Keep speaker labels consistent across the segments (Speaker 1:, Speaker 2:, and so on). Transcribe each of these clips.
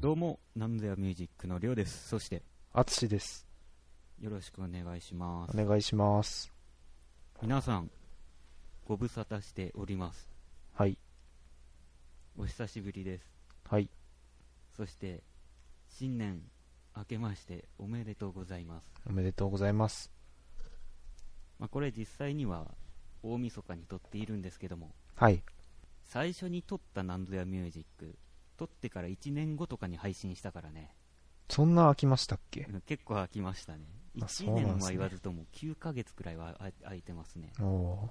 Speaker 1: どうも、ナムゼアミュージックのりょうです。そして、
Speaker 2: あつしです。
Speaker 1: よろしくお願いしま
Speaker 2: お
Speaker 1: す。
Speaker 2: 願いします。
Speaker 1: 皆さん、ご無沙汰しております。
Speaker 2: はい。
Speaker 1: お久しぶりです。
Speaker 2: はい。
Speaker 1: そして、新年明けましておめでとうございます。
Speaker 2: おめでとうございます。
Speaker 1: まあ、これ実際には大晦日に撮っているんですけども、
Speaker 2: はい。
Speaker 1: 最初に撮ったナムゼアミュージック、撮ってから1年後とかに配信したからね、
Speaker 2: そんな飽きましたっけ
Speaker 1: うん結構空きましたね。
Speaker 2: あそう
Speaker 1: 1
Speaker 2: なんですね
Speaker 1: 年は言わずとも9ヶ月くらいはあ空いてますね。
Speaker 2: おお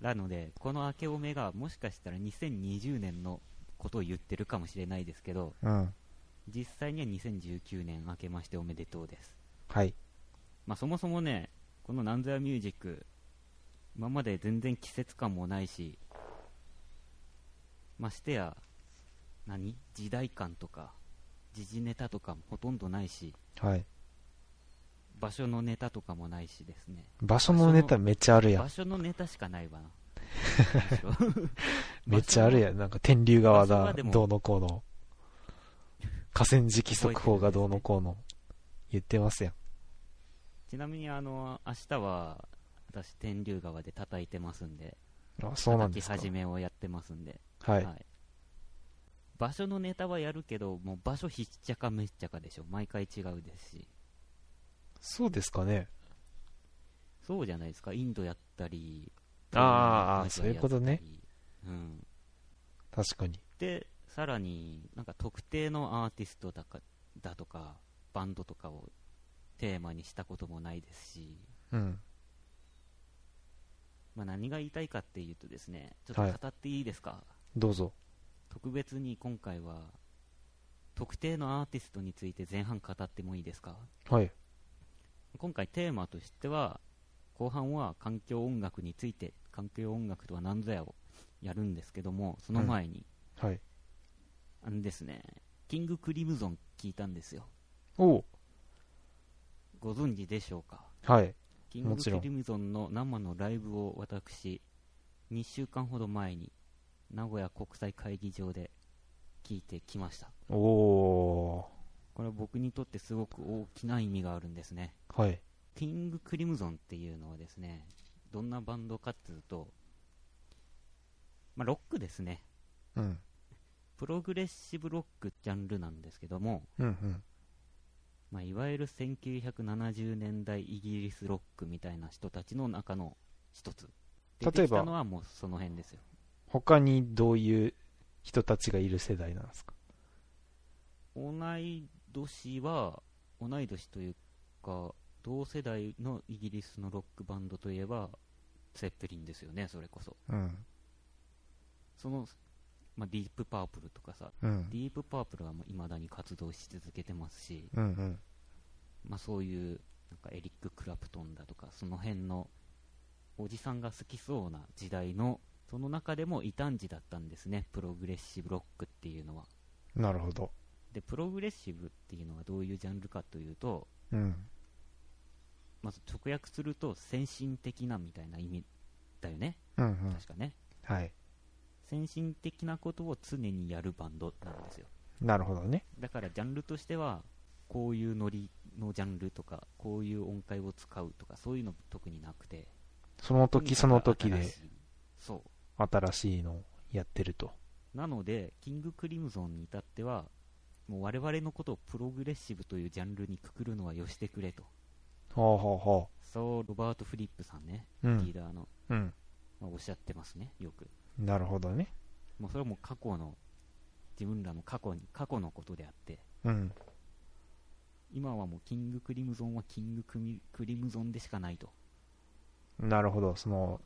Speaker 1: なので、この明けおめがもしかしたら2020年のことを言ってるかもしれないですけど、
Speaker 2: ー。うん。
Speaker 1: 実際には2019年明けましておめでとうです。
Speaker 2: はい。
Speaker 1: まあ、そもそもね、このナンザーミュージック、今まで全然季節感もないし、ましてや、何時代感とか、時事ネタとかもほとんどないし、
Speaker 2: はい。
Speaker 1: 場所のネタとかもないしですね。
Speaker 2: 場所のネタめっちゃあるや
Speaker 1: 場
Speaker 2: ん。
Speaker 1: 所のネタしかないわな。
Speaker 2: めっちゃあるやん。なんか天竜川
Speaker 1: 場所
Speaker 2: が
Speaker 1: はでも
Speaker 2: どうのこうの。河川敷速報がどうのこうの。言ってますやん。
Speaker 1: ちなみにあの明日は私天竜川で叩いてますんで
Speaker 2: あ、そうなんですか。
Speaker 1: 叩き始めをやってますんで、
Speaker 2: はい。
Speaker 1: 場所のネタはやるけどもう場所ひっちゃかめっちゃかでしょ毎回違うですし
Speaker 2: そうですかね。
Speaker 1: そうじゃないですかインドやったり東
Speaker 2: あー
Speaker 1: 南アジアやったり
Speaker 2: そういうことね
Speaker 1: うん
Speaker 2: 確かに。
Speaker 1: でさらになんか特定のアーティストだかだとかバンドとかをテーマにしたこともないですし
Speaker 2: うん。
Speaker 1: まあ、何が言いたいかっていうとですね、ちょっと
Speaker 2: はい
Speaker 1: 語っていいですか、
Speaker 2: どうぞ。
Speaker 1: 特別に今回は、特定のアーティストについて前半語ってもいいですか
Speaker 2: はい。
Speaker 1: 今回テーマとしては、後半は環境音楽について、環境音楽とは何ぞやをやるんですけども、その前に、
Speaker 2: はい。
Speaker 1: あのですね、キングクリムゾン聞いたんですよ。
Speaker 2: おう
Speaker 1: ご存知でしょうか
Speaker 2: はい。
Speaker 1: キング
Speaker 2: もちろん
Speaker 1: クリムゾンの生のライブを私、2週間ほど前に、名古屋国際会議場で聞いてきました。
Speaker 2: おお
Speaker 1: これは僕にとってすごく大きな意味があるんですね。
Speaker 2: ー。はい。
Speaker 1: キングクリムゾンっていうのはですね、どんなバンドかっていうと、まあ、ロックですね。
Speaker 2: うん。
Speaker 1: プログレッシブロックジャンルなんですけども、
Speaker 2: うんうん。
Speaker 1: まあ、いわゆる1970年代イギリスロックみたいな人たちの中の一つ。出てきたのはもうその辺ですよ。
Speaker 2: 他にどういう人たちがいる世代なんですか
Speaker 1: 同い年は、同い年というか、同世代のイギリスのロックバンドといえば、ツェッペリンですよね、それこそ。
Speaker 2: うん。
Speaker 1: その、まあ、ディープパープルとかさ、
Speaker 2: うん。
Speaker 1: ディープパープルはもう未だに活動し続けてますし、
Speaker 2: うんうん。
Speaker 1: まあ、そういう、なんかエリック・クラプトンだとか、その辺の、おじさんが好きそうな時代の、その中でも異端児だったんですね、プログレッシブロックっていうのは。
Speaker 2: なるほど。
Speaker 1: で、プログレッシブっていうのはどういうジャンルかというと、
Speaker 2: うん。
Speaker 1: まず直訳すると先進的なみたいな意味だよね、
Speaker 2: うんうん。
Speaker 1: 確かね
Speaker 2: はい。
Speaker 1: 先進的なことを常にやるバンドなんですよ
Speaker 2: なるほどね。
Speaker 1: だからジャンルとしてはこういうノリのジャンルとかこういう音階を使うとかそういうの特になくて
Speaker 2: その時その時
Speaker 1: とに
Speaker 2: で
Speaker 1: かく新しいそ
Speaker 2: 新しいのをやってると。
Speaker 1: うなのでキングクリムゾンに至ってはもう我々のことをプログレッシブというジャンルにくくるのはよしてくれと
Speaker 2: ほうほうほ
Speaker 1: そうロバート・フリップさんね、
Speaker 2: う。う
Speaker 1: リー
Speaker 2: ん。
Speaker 1: ダーの、
Speaker 2: うん。
Speaker 1: まあおっしゃってますねよく
Speaker 2: なるほどね。
Speaker 1: もうそれはもう過去の自分らの過去に過去のことであって
Speaker 2: うん。
Speaker 1: 今はもうキングクリムゾンはキングクミクリムゾンでしかないと
Speaker 2: なるほど。その、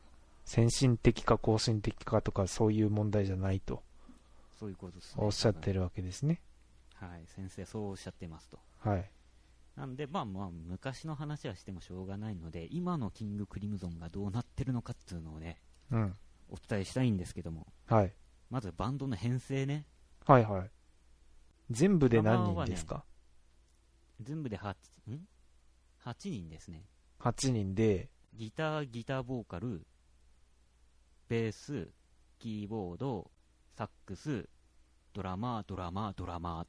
Speaker 2: 先進的か後進的かとかそういう問題じゃないと
Speaker 1: そういうことですね
Speaker 2: おっしゃってるわけですね。
Speaker 1: 多分はい先生そうおっしゃってますと
Speaker 2: はい。
Speaker 1: なんでまあまあ昔の話はしてもしょうがないので今のキングクリムゾンがどうなってるのかっていうのをね
Speaker 2: うん。
Speaker 1: お伝えしたいんですけども
Speaker 2: はい。
Speaker 1: まずバンドの編成ね
Speaker 2: はいはい。全部で何人ですか、
Speaker 1: 全部で 8, ん8人ですね
Speaker 2: ?8 人で、
Speaker 1: ギター、ギターボーカル、ベース、キーボード、サックス、ドラマー、ドラマー、ドラマー。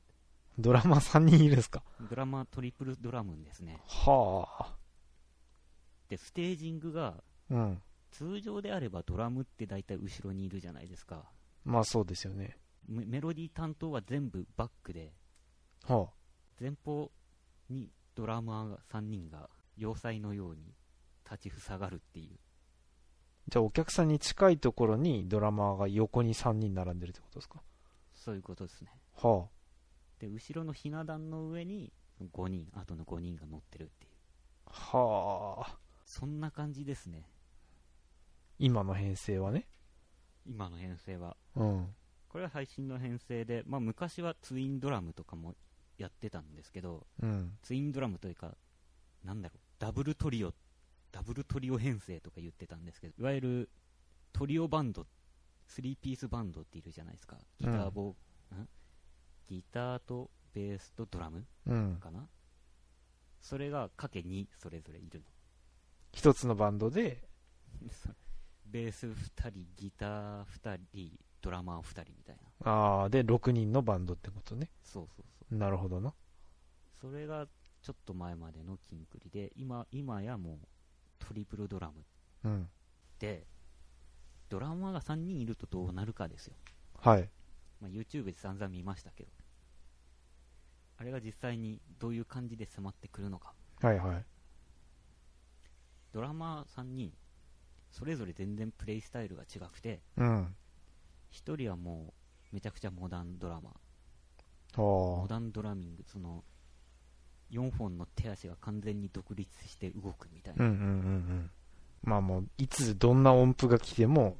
Speaker 2: ドラマ3人いるんですか
Speaker 1: ドラマートリプルドラムですね。
Speaker 2: はあ。
Speaker 1: で、ステージングが、
Speaker 2: うん。
Speaker 1: 通常であればドラムって大体後ろにいるじゃないですか。
Speaker 2: まあそうですよね。
Speaker 1: メメロディー担当は全部バックで、
Speaker 2: は
Speaker 1: 前方にドラマーが3人が要塞のように立ち塞がるっていう
Speaker 2: じゃあお客さんに近いところにドラマーが横に3人並んでるってことですか
Speaker 1: そういうことですね
Speaker 2: は
Speaker 1: で後ろのひな壇の上に5人後の5人が乗ってるっていう
Speaker 2: あ。はあ。
Speaker 1: そんな感じですね
Speaker 2: 今の編成はね。
Speaker 1: 今の編成は
Speaker 2: うん。
Speaker 1: これは最新の編成で、まあ、昔はツインドラムとかもやってたんですけど
Speaker 2: うん。
Speaker 1: ツインドラムというかなんだろうダブルトリオダブルトリオ編成とか言ってたんですけどいわゆるトリオバンド3ピースバンドっているじゃないですかギターボ、んギターとベースとドラム
Speaker 2: うん。
Speaker 1: かなそれがかけ2それぞれいる
Speaker 2: 一つのバンドで、
Speaker 1: のそう ベース2人ギター2人ドラマー2人みたいな
Speaker 2: ああ、で、6人のバンドってことね。
Speaker 1: そうそうそう
Speaker 2: なるほどな。
Speaker 1: それがちょっと前までのキンクリで今今やもうトリプルドラム
Speaker 2: うん。
Speaker 1: でドラマーが3人いるとどうなるかですよ、
Speaker 2: はい。
Speaker 1: まあ、YouTube で散々見ましたけどあれが実際にどういう感じで迫ってくるのか
Speaker 2: はいはい。
Speaker 1: ドラマー3人それぞれ全然プレイスタイルが違くて
Speaker 2: うん。
Speaker 1: 1人はもうめちゃくちゃモダンドラマーモ
Speaker 2: はあ。
Speaker 1: ダンドラミングその4本の手足が完全に独立して動くみたい
Speaker 2: うんう
Speaker 1: なん
Speaker 2: うんうん。まあもう、いつどんな音符が来ても、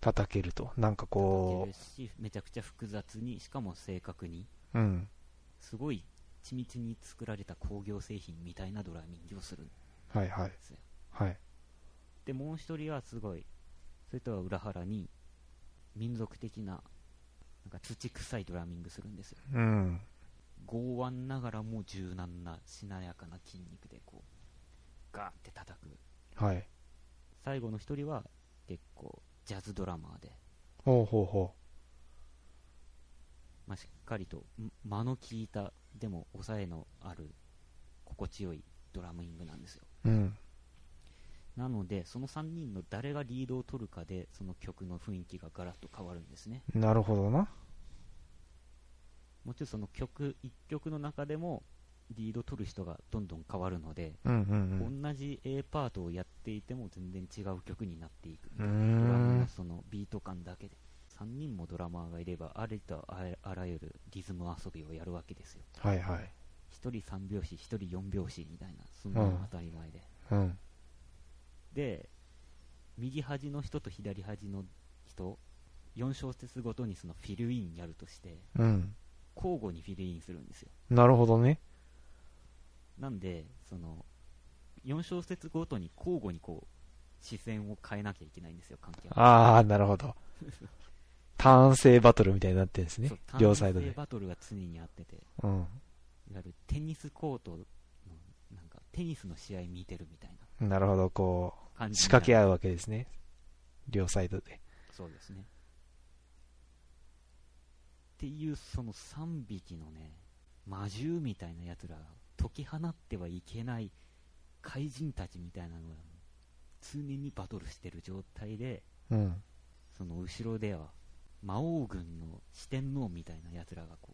Speaker 2: 叩けると。なん
Speaker 1: 感
Speaker 2: かこ
Speaker 1: じですしめちゃくちゃ複雑にしかも正確に
Speaker 2: う、うん。
Speaker 1: すごい緻密に作られた工業製品みたいなドラミングをするんで
Speaker 2: はいはい。
Speaker 1: すよ
Speaker 2: はい。
Speaker 1: でもう一人はすごいそれとは裏腹に民族的ななんか土臭いドラミングするんですよ
Speaker 2: うん。
Speaker 1: 剛腕ながらも柔軟なしなやかな筋肉でこうガーって叩く
Speaker 2: はい。
Speaker 1: 最後の一人は結構ジャズドラマーで、
Speaker 2: ほうほうほ
Speaker 1: まあ、しっかりとん間の利いたでも抑えのある心地よいドラミングなんですよ
Speaker 2: う。うん。
Speaker 1: なのでその3人の誰がリードを取るかでその曲の雰囲気がガラッと変わるんですね
Speaker 2: なるほどな。
Speaker 1: もちろんその曲1曲の中でもリード取る人がどんどん変わるので、
Speaker 2: うんうん
Speaker 1: 同じ A パートをやっていても全然違う曲になっていく
Speaker 2: う
Speaker 1: ドラム
Speaker 2: ん。うー
Speaker 1: の
Speaker 2: ん。
Speaker 1: そのビート感だけで3人もドラマーがいればありとあらあらゆるリズム遊びをやるわけですよ
Speaker 2: はいはい。
Speaker 1: 1人3拍子1人4拍子みたいなそんなの当たり前で、
Speaker 2: うん。
Speaker 1: で右端の人と左端の人4小節ごとにそのフィルインやるとして
Speaker 2: うん。
Speaker 1: 交互にフィルインするんですよ
Speaker 2: なるほどね。
Speaker 1: なんでその4小節ごとに交互にこう視線を変えなきゃいけないんですよ観客
Speaker 2: ああ、なるほ ど。単性バトルみたいになってるんですね
Speaker 1: そう。
Speaker 2: 両サイド
Speaker 1: 単
Speaker 2: で
Speaker 1: 性。バトルが常にあってて
Speaker 2: うん。
Speaker 1: いわゆるテニスコートのなんかテニスの試合見てるみたいな
Speaker 2: なるほど、こ
Speaker 1: 感
Speaker 2: う、
Speaker 1: じ
Speaker 2: 仕掛け
Speaker 1: 合
Speaker 2: 合うわけですね。両サイドで。
Speaker 1: そうですねっていうその3匹のね魔獣みたいなやつらが解き放ってはいけない怪人たちみたいなのが常にバトルしてる状態で
Speaker 2: うん。
Speaker 1: その後ろでは魔王軍の四天王みたいなやつらがこ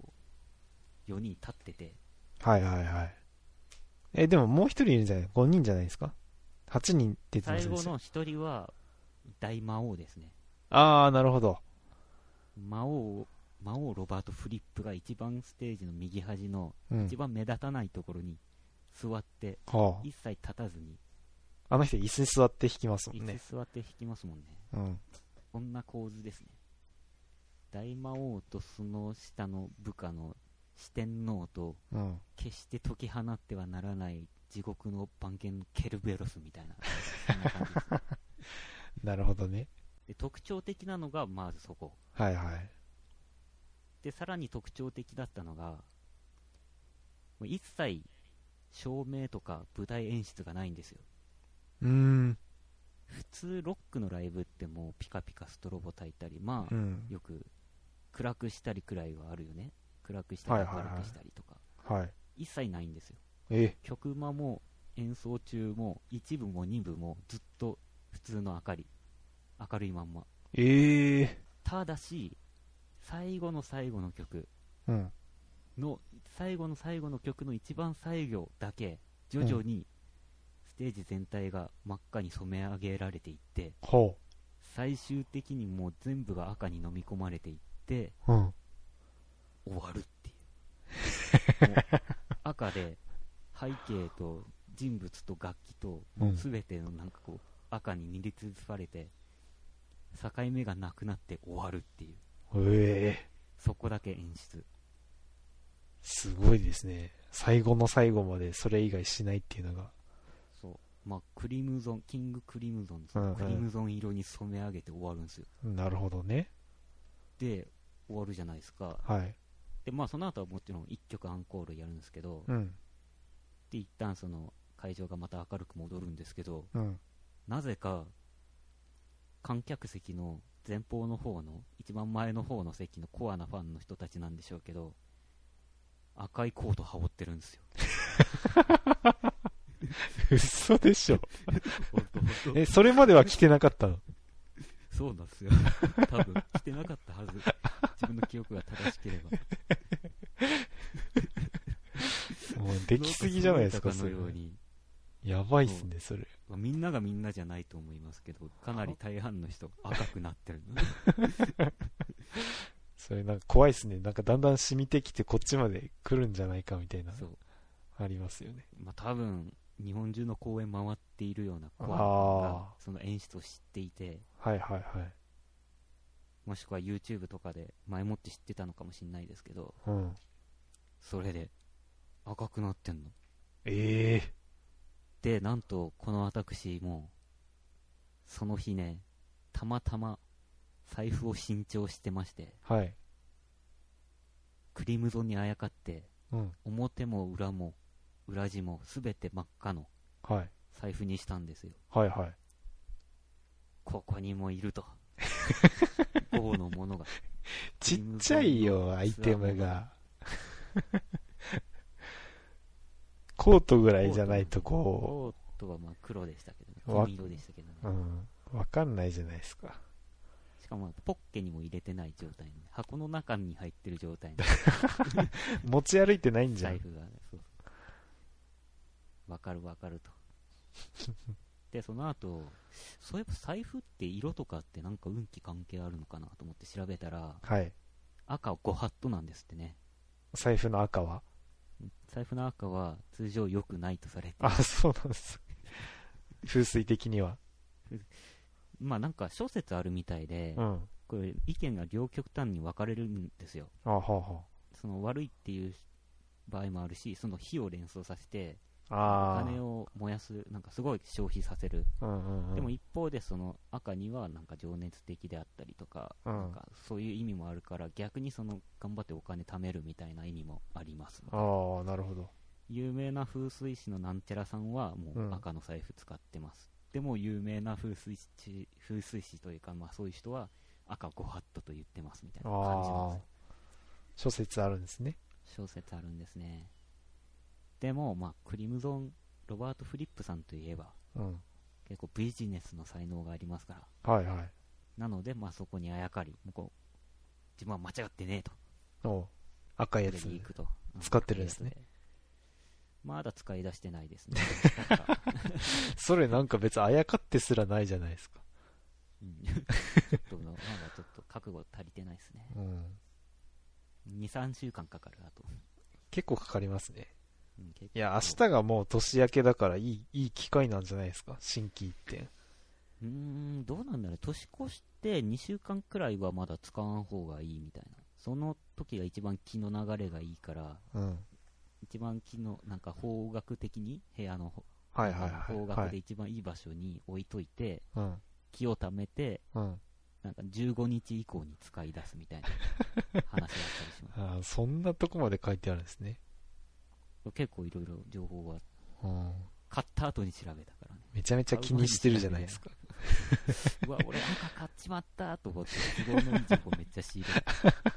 Speaker 1: う4人立ってて
Speaker 2: はいはいはい。え、でももう一人いるんじゃない ?5 人じゃないですか ?8 人出てま
Speaker 1: 最
Speaker 2: す
Speaker 1: 後
Speaker 2: ね。
Speaker 1: の1人は大魔王ですね
Speaker 2: ああ、なるほど。
Speaker 1: 魔王魔王ロバート・フリップが一番ステージの右端の
Speaker 2: うん
Speaker 1: 一。番目立たないところに座って、
Speaker 2: は
Speaker 1: 一切立たずに
Speaker 2: あ。あの人椅子に座って弾きますも
Speaker 1: 椅
Speaker 2: んね。
Speaker 1: 子座って弾きますもんね
Speaker 2: うん。
Speaker 1: こんな構図ですね大魔王とその下の部下の四天王と
Speaker 2: うん。
Speaker 1: 決して解き放ってはならない地獄の番犬ケルベロスみたいなそんな感じで すね
Speaker 2: なるほどね。
Speaker 1: で特徴的なのがまずそこ
Speaker 2: はいはい。
Speaker 1: でさらに特徴的だったのがもう一切照明とか舞台演出がないんですよ
Speaker 2: うん。
Speaker 1: 普通ロックのライブってもうピカピカストロボ焚いたりまあ、
Speaker 2: うん。
Speaker 1: よく暗くしたりくらいはあるよね暗くしたり
Speaker 2: はいはいはい
Speaker 1: 明るくしたりとか、
Speaker 2: はい。
Speaker 1: 一切ないんですよ
Speaker 2: え、
Speaker 1: 曲間も演奏中も一部も二部もずっと普通の明かり明るいまんま
Speaker 2: ええ
Speaker 1: ただし最後の最後の曲
Speaker 2: うん。
Speaker 1: の最後の最後の曲の一番最後だけ徐々にステージ全体が真っ赤に染め上げられていって
Speaker 2: ほ
Speaker 1: 最終的にもう全部が赤に飲み込まれていって
Speaker 2: う。うん。
Speaker 1: 終わるっていうもう赤で背景と人物と楽器と
Speaker 2: うん。
Speaker 1: 全てのなんかこう赤に塗りつぶされて境目がなくなって終わるっていう
Speaker 2: ええ
Speaker 1: そこだけ演出
Speaker 2: すごいですね。最後の最後までそれ以外しないっていうのが。
Speaker 1: そうまあクリムゾンキングクリムゾンです
Speaker 2: う
Speaker 1: ね、
Speaker 2: んうん
Speaker 1: クリムゾン色に染め上げて終わるんですよ
Speaker 2: なるほどね。
Speaker 1: で終わるじゃないですか
Speaker 2: はい。
Speaker 1: でまあその後はもちろん1曲アンコールやるんですけど、
Speaker 2: うん。
Speaker 1: で一旦その会場がまた明るく戻るんですけど
Speaker 2: うん。
Speaker 1: なぜか観客席の前方の方の一番前の方の席のコアなファンの人たちなんでしょうけど赤いコート羽織ってるんですよ
Speaker 2: 嘘でしょ。
Speaker 1: 本当本
Speaker 2: え、それまでは来てなか ったの
Speaker 1: 当そうなんですよ多分着てなかったはず自分の記憶が正しけれ ば
Speaker 2: もうできすぎじゃないですか、
Speaker 1: なんその
Speaker 2: それ
Speaker 1: よ。うに
Speaker 2: やばいっすね、それ。
Speaker 1: まあみんながみんなじゃないと思いますけどかなり大半の人が赤くなってる の
Speaker 2: それなんか怖いっすね。なんかだんだん染みてきてこっちまで来るんじゃないかみたいな、
Speaker 1: そう
Speaker 2: ありますよね。
Speaker 1: まあ、多分日本中の公演回っているようなコア
Speaker 2: あ
Speaker 1: が
Speaker 2: あ
Speaker 1: その演出を知っていて
Speaker 2: はいはいはい。
Speaker 1: もしくは YouTube とかで前もって知ってたのかもしれないですけど
Speaker 2: うん。
Speaker 1: それで赤くなってんの
Speaker 2: ええ
Speaker 1: でなんとこの私もその日ねたまたま財布を新調してまして
Speaker 2: はい。
Speaker 1: クリムゾンにあやかって
Speaker 2: うん。
Speaker 1: 表も裏も裏地も全て真っ赤の
Speaker 2: はい。
Speaker 1: 財布にしたんですよ
Speaker 2: はいはい。
Speaker 1: ここにもいると豪のものが
Speaker 2: ちっちゃいよ、アイテム が。コートぐらいじゃないとこ
Speaker 1: コートはまあ黒でしたけどね
Speaker 2: わ
Speaker 1: 紺色でしたけどね
Speaker 2: う、うん。わかんないじゃないですか。
Speaker 1: しかもポッケにも入れてない状態のね箱の中に入ってる状態の
Speaker 2: 持ち歩いてないんじゃ
Speaker 1: 財
Speaker 2: ん。
Speaker 1: 布がねそうそうわかるわか るとでその後そういえば財布って色とかってなんか運気関係あるのかなと思って調べたら
Speaker 2: はい。
Speaker 1: 赤5ハットなんですってね
Speaker 2: 財布の赤は
Speaker 1: 財布の赤は通常良くないとされて
Speaker 2: あ、そうなんです。風水的には。
Speaker 1: まあなんか諸説あるみたいで、
Speaker 2: うん。
Speaker 1: これ意見が両極端に分かれるんですよ
Speaker 2: あはあは
Speaker 1: その悪いっていう場合もあるしその火を連想させてお
Speaker 2: あ。あ
Speaker 1: 金を燃やすなんかすごい消費させる、
Speaker 2: あ。うんうんうん。
Speaker 1: でも一方でその赤にはなんか情熱的であったりとか,、
Speaker 2: うん
Speaker 1: なんかそういう意味もあるから逆にその頑張ってお金貯めるみたいな意味もあります
Speaker 2: ああ、なるほど。
Speaker 1: 有名な風水師のなんちゃらさんはも
Speaker 2: うん
Speaker 1: う赤の財布使ってます、でも有名な風水師風水師というか、まあ、そういう人は赤5ハットと言ってますみたいな感じなん
Speaker 2: あ
Speaker 1: で
Speaker 2: あ。諸説あるんですね。
Speaker 1: す小説あるんですねでも、まあ、クリムゾンロバート・フリップさんといえば
Speaker 2: うん。
Speaker 1: 結構ビジネスの才能がありますから
Speaker 2: はいはい。
Speaker 1: なので、まあ、そこにあやかりもうこう自分は間違ってねえと
Speaker 2: おう赤いや
Speaker 1: そ
Speaker 2: つ
Speaker 1: れ。に行くとうん
Speaker 2: 使ってるんですね
Speaker 1: 赤いやつまだ使い出してないです ね
Speaker 2: それなんか別にあやかってすらないじゃないですか。
Speaker 1: うんちょっとのまだちょっと覚悟足りてないですね
Speaker 2: うん。
Speaker 1: 23週間かかるあと、
Speaker 2: 結構かかりますね。
Speaker 1: うん結構
Speaker 2: いや、明日がもう年明けだからいい、いい機会なんじゃないですか。新規一点。
Speaker 1: うーんどうなんだろう年越して2週間くらいはまだ使わん方がいいみたいなその時が一番気の流れがいいから
Speaker 2: うん。
Speaker 1: 一番気のなんか方角的に部屋の
Speaker 2: はいはいはい。
Speaker 1: 方
Speaker 2: は
Speaker 1: 角で
Speaker 2: い、
Speaker 1: 一番いい場所に置いといて、
Speaker 2: うん。
Speaker 1: 気を貯めて
Speaker 2: うん。
Speaker 1: なんか15日以降に使い出すみたいな話だったりしま
Speaker 2: あーそんなとこまで書いてあるんですね。
Speaker 1: す結構いろいろ情報は
Speaker 2: うん。
Speaker 1: 買った後に調べたからね
Speaker 2: めちゃめちゃ気にしてるじゃないですか。
Speaker 1: うわ、俺赤買っちまったと思って、都合のいい情報めっちゃ仕入れた。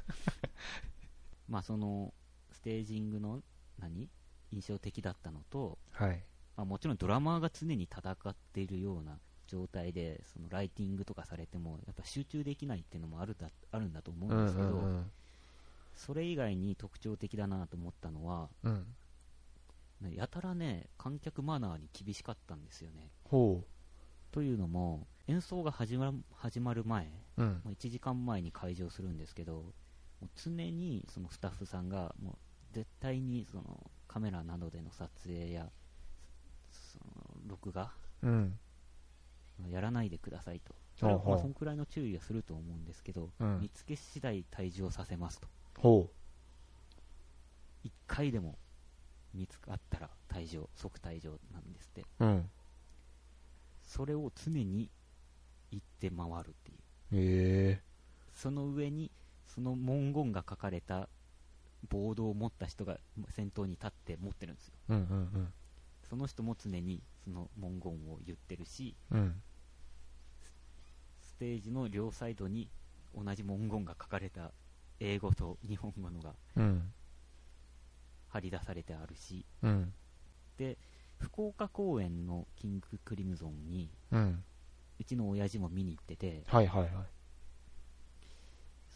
Speaker 1: まあ、その、ステージングの何印象的だったのと、
Speaker 2: はい。
Speaker 1: まあ、もちろんドラマーが常に戦っているような状態で、そのライティングとかされても、やっぱ集中できないっていうのもあるだあるんだと思
Speaker 2: う
Speaker 1: うんん
Speaker 2: う
Speaker 1: ですけど、
Speaker 2: ん
Speaker 1: それ以外に特徴的だなと思ったのは、
Speaker 2: うん。うん。
Speaker 1: やたらね、観客マナーに厳しかったんですよね。
Speaker 2: ほ
Speaker 1: というのも、演奏が始ま始まる前、
Speaker 2: う。うん。
Speaker 1: まあ、1時間前に開場するんですけど、もう常にそのスタッフさんが、もう絶対にそのカメラなどでの撮影や、その録画、
Speaker 2: うん。
Speaker 1: やらないでくださいと、それは
Speaker 2: ほうほう
Speaker 1: まあそのくらいの注意はすると思うんですけど、
Speaker 2: うん
Speaker 1: 見つけ次第退場させますと、
Speaker 2: ほ
Speaker 1: 1回でも見つかったら退場、即退場なんですって、
Speaker 2: う。うん。
Speaker 1: それを常に言って回るっていう。
Speaker 2: へえ。
Speaker 1: その上にその文言が書かれたボードを持った人が先頭に立って持ってるんですよ
Speaker 2: うんうん
Speaker 1: その人も常にその文言を言ってるし
Speaker 2: うん。うん。
Speaker 1: ステージの両サイドに同じ文言が書かれた英語と日本語のが
Speaker 2: うん。
Speaker 1: 張り出されてあるし
Speaker 2: うん。
Speaker 1: で福岡公演のキングクリムゾンに
Speaker 2: うん。
Speaker 1: うちの親父も見に行ってて
Speaker 2: はいはいはい。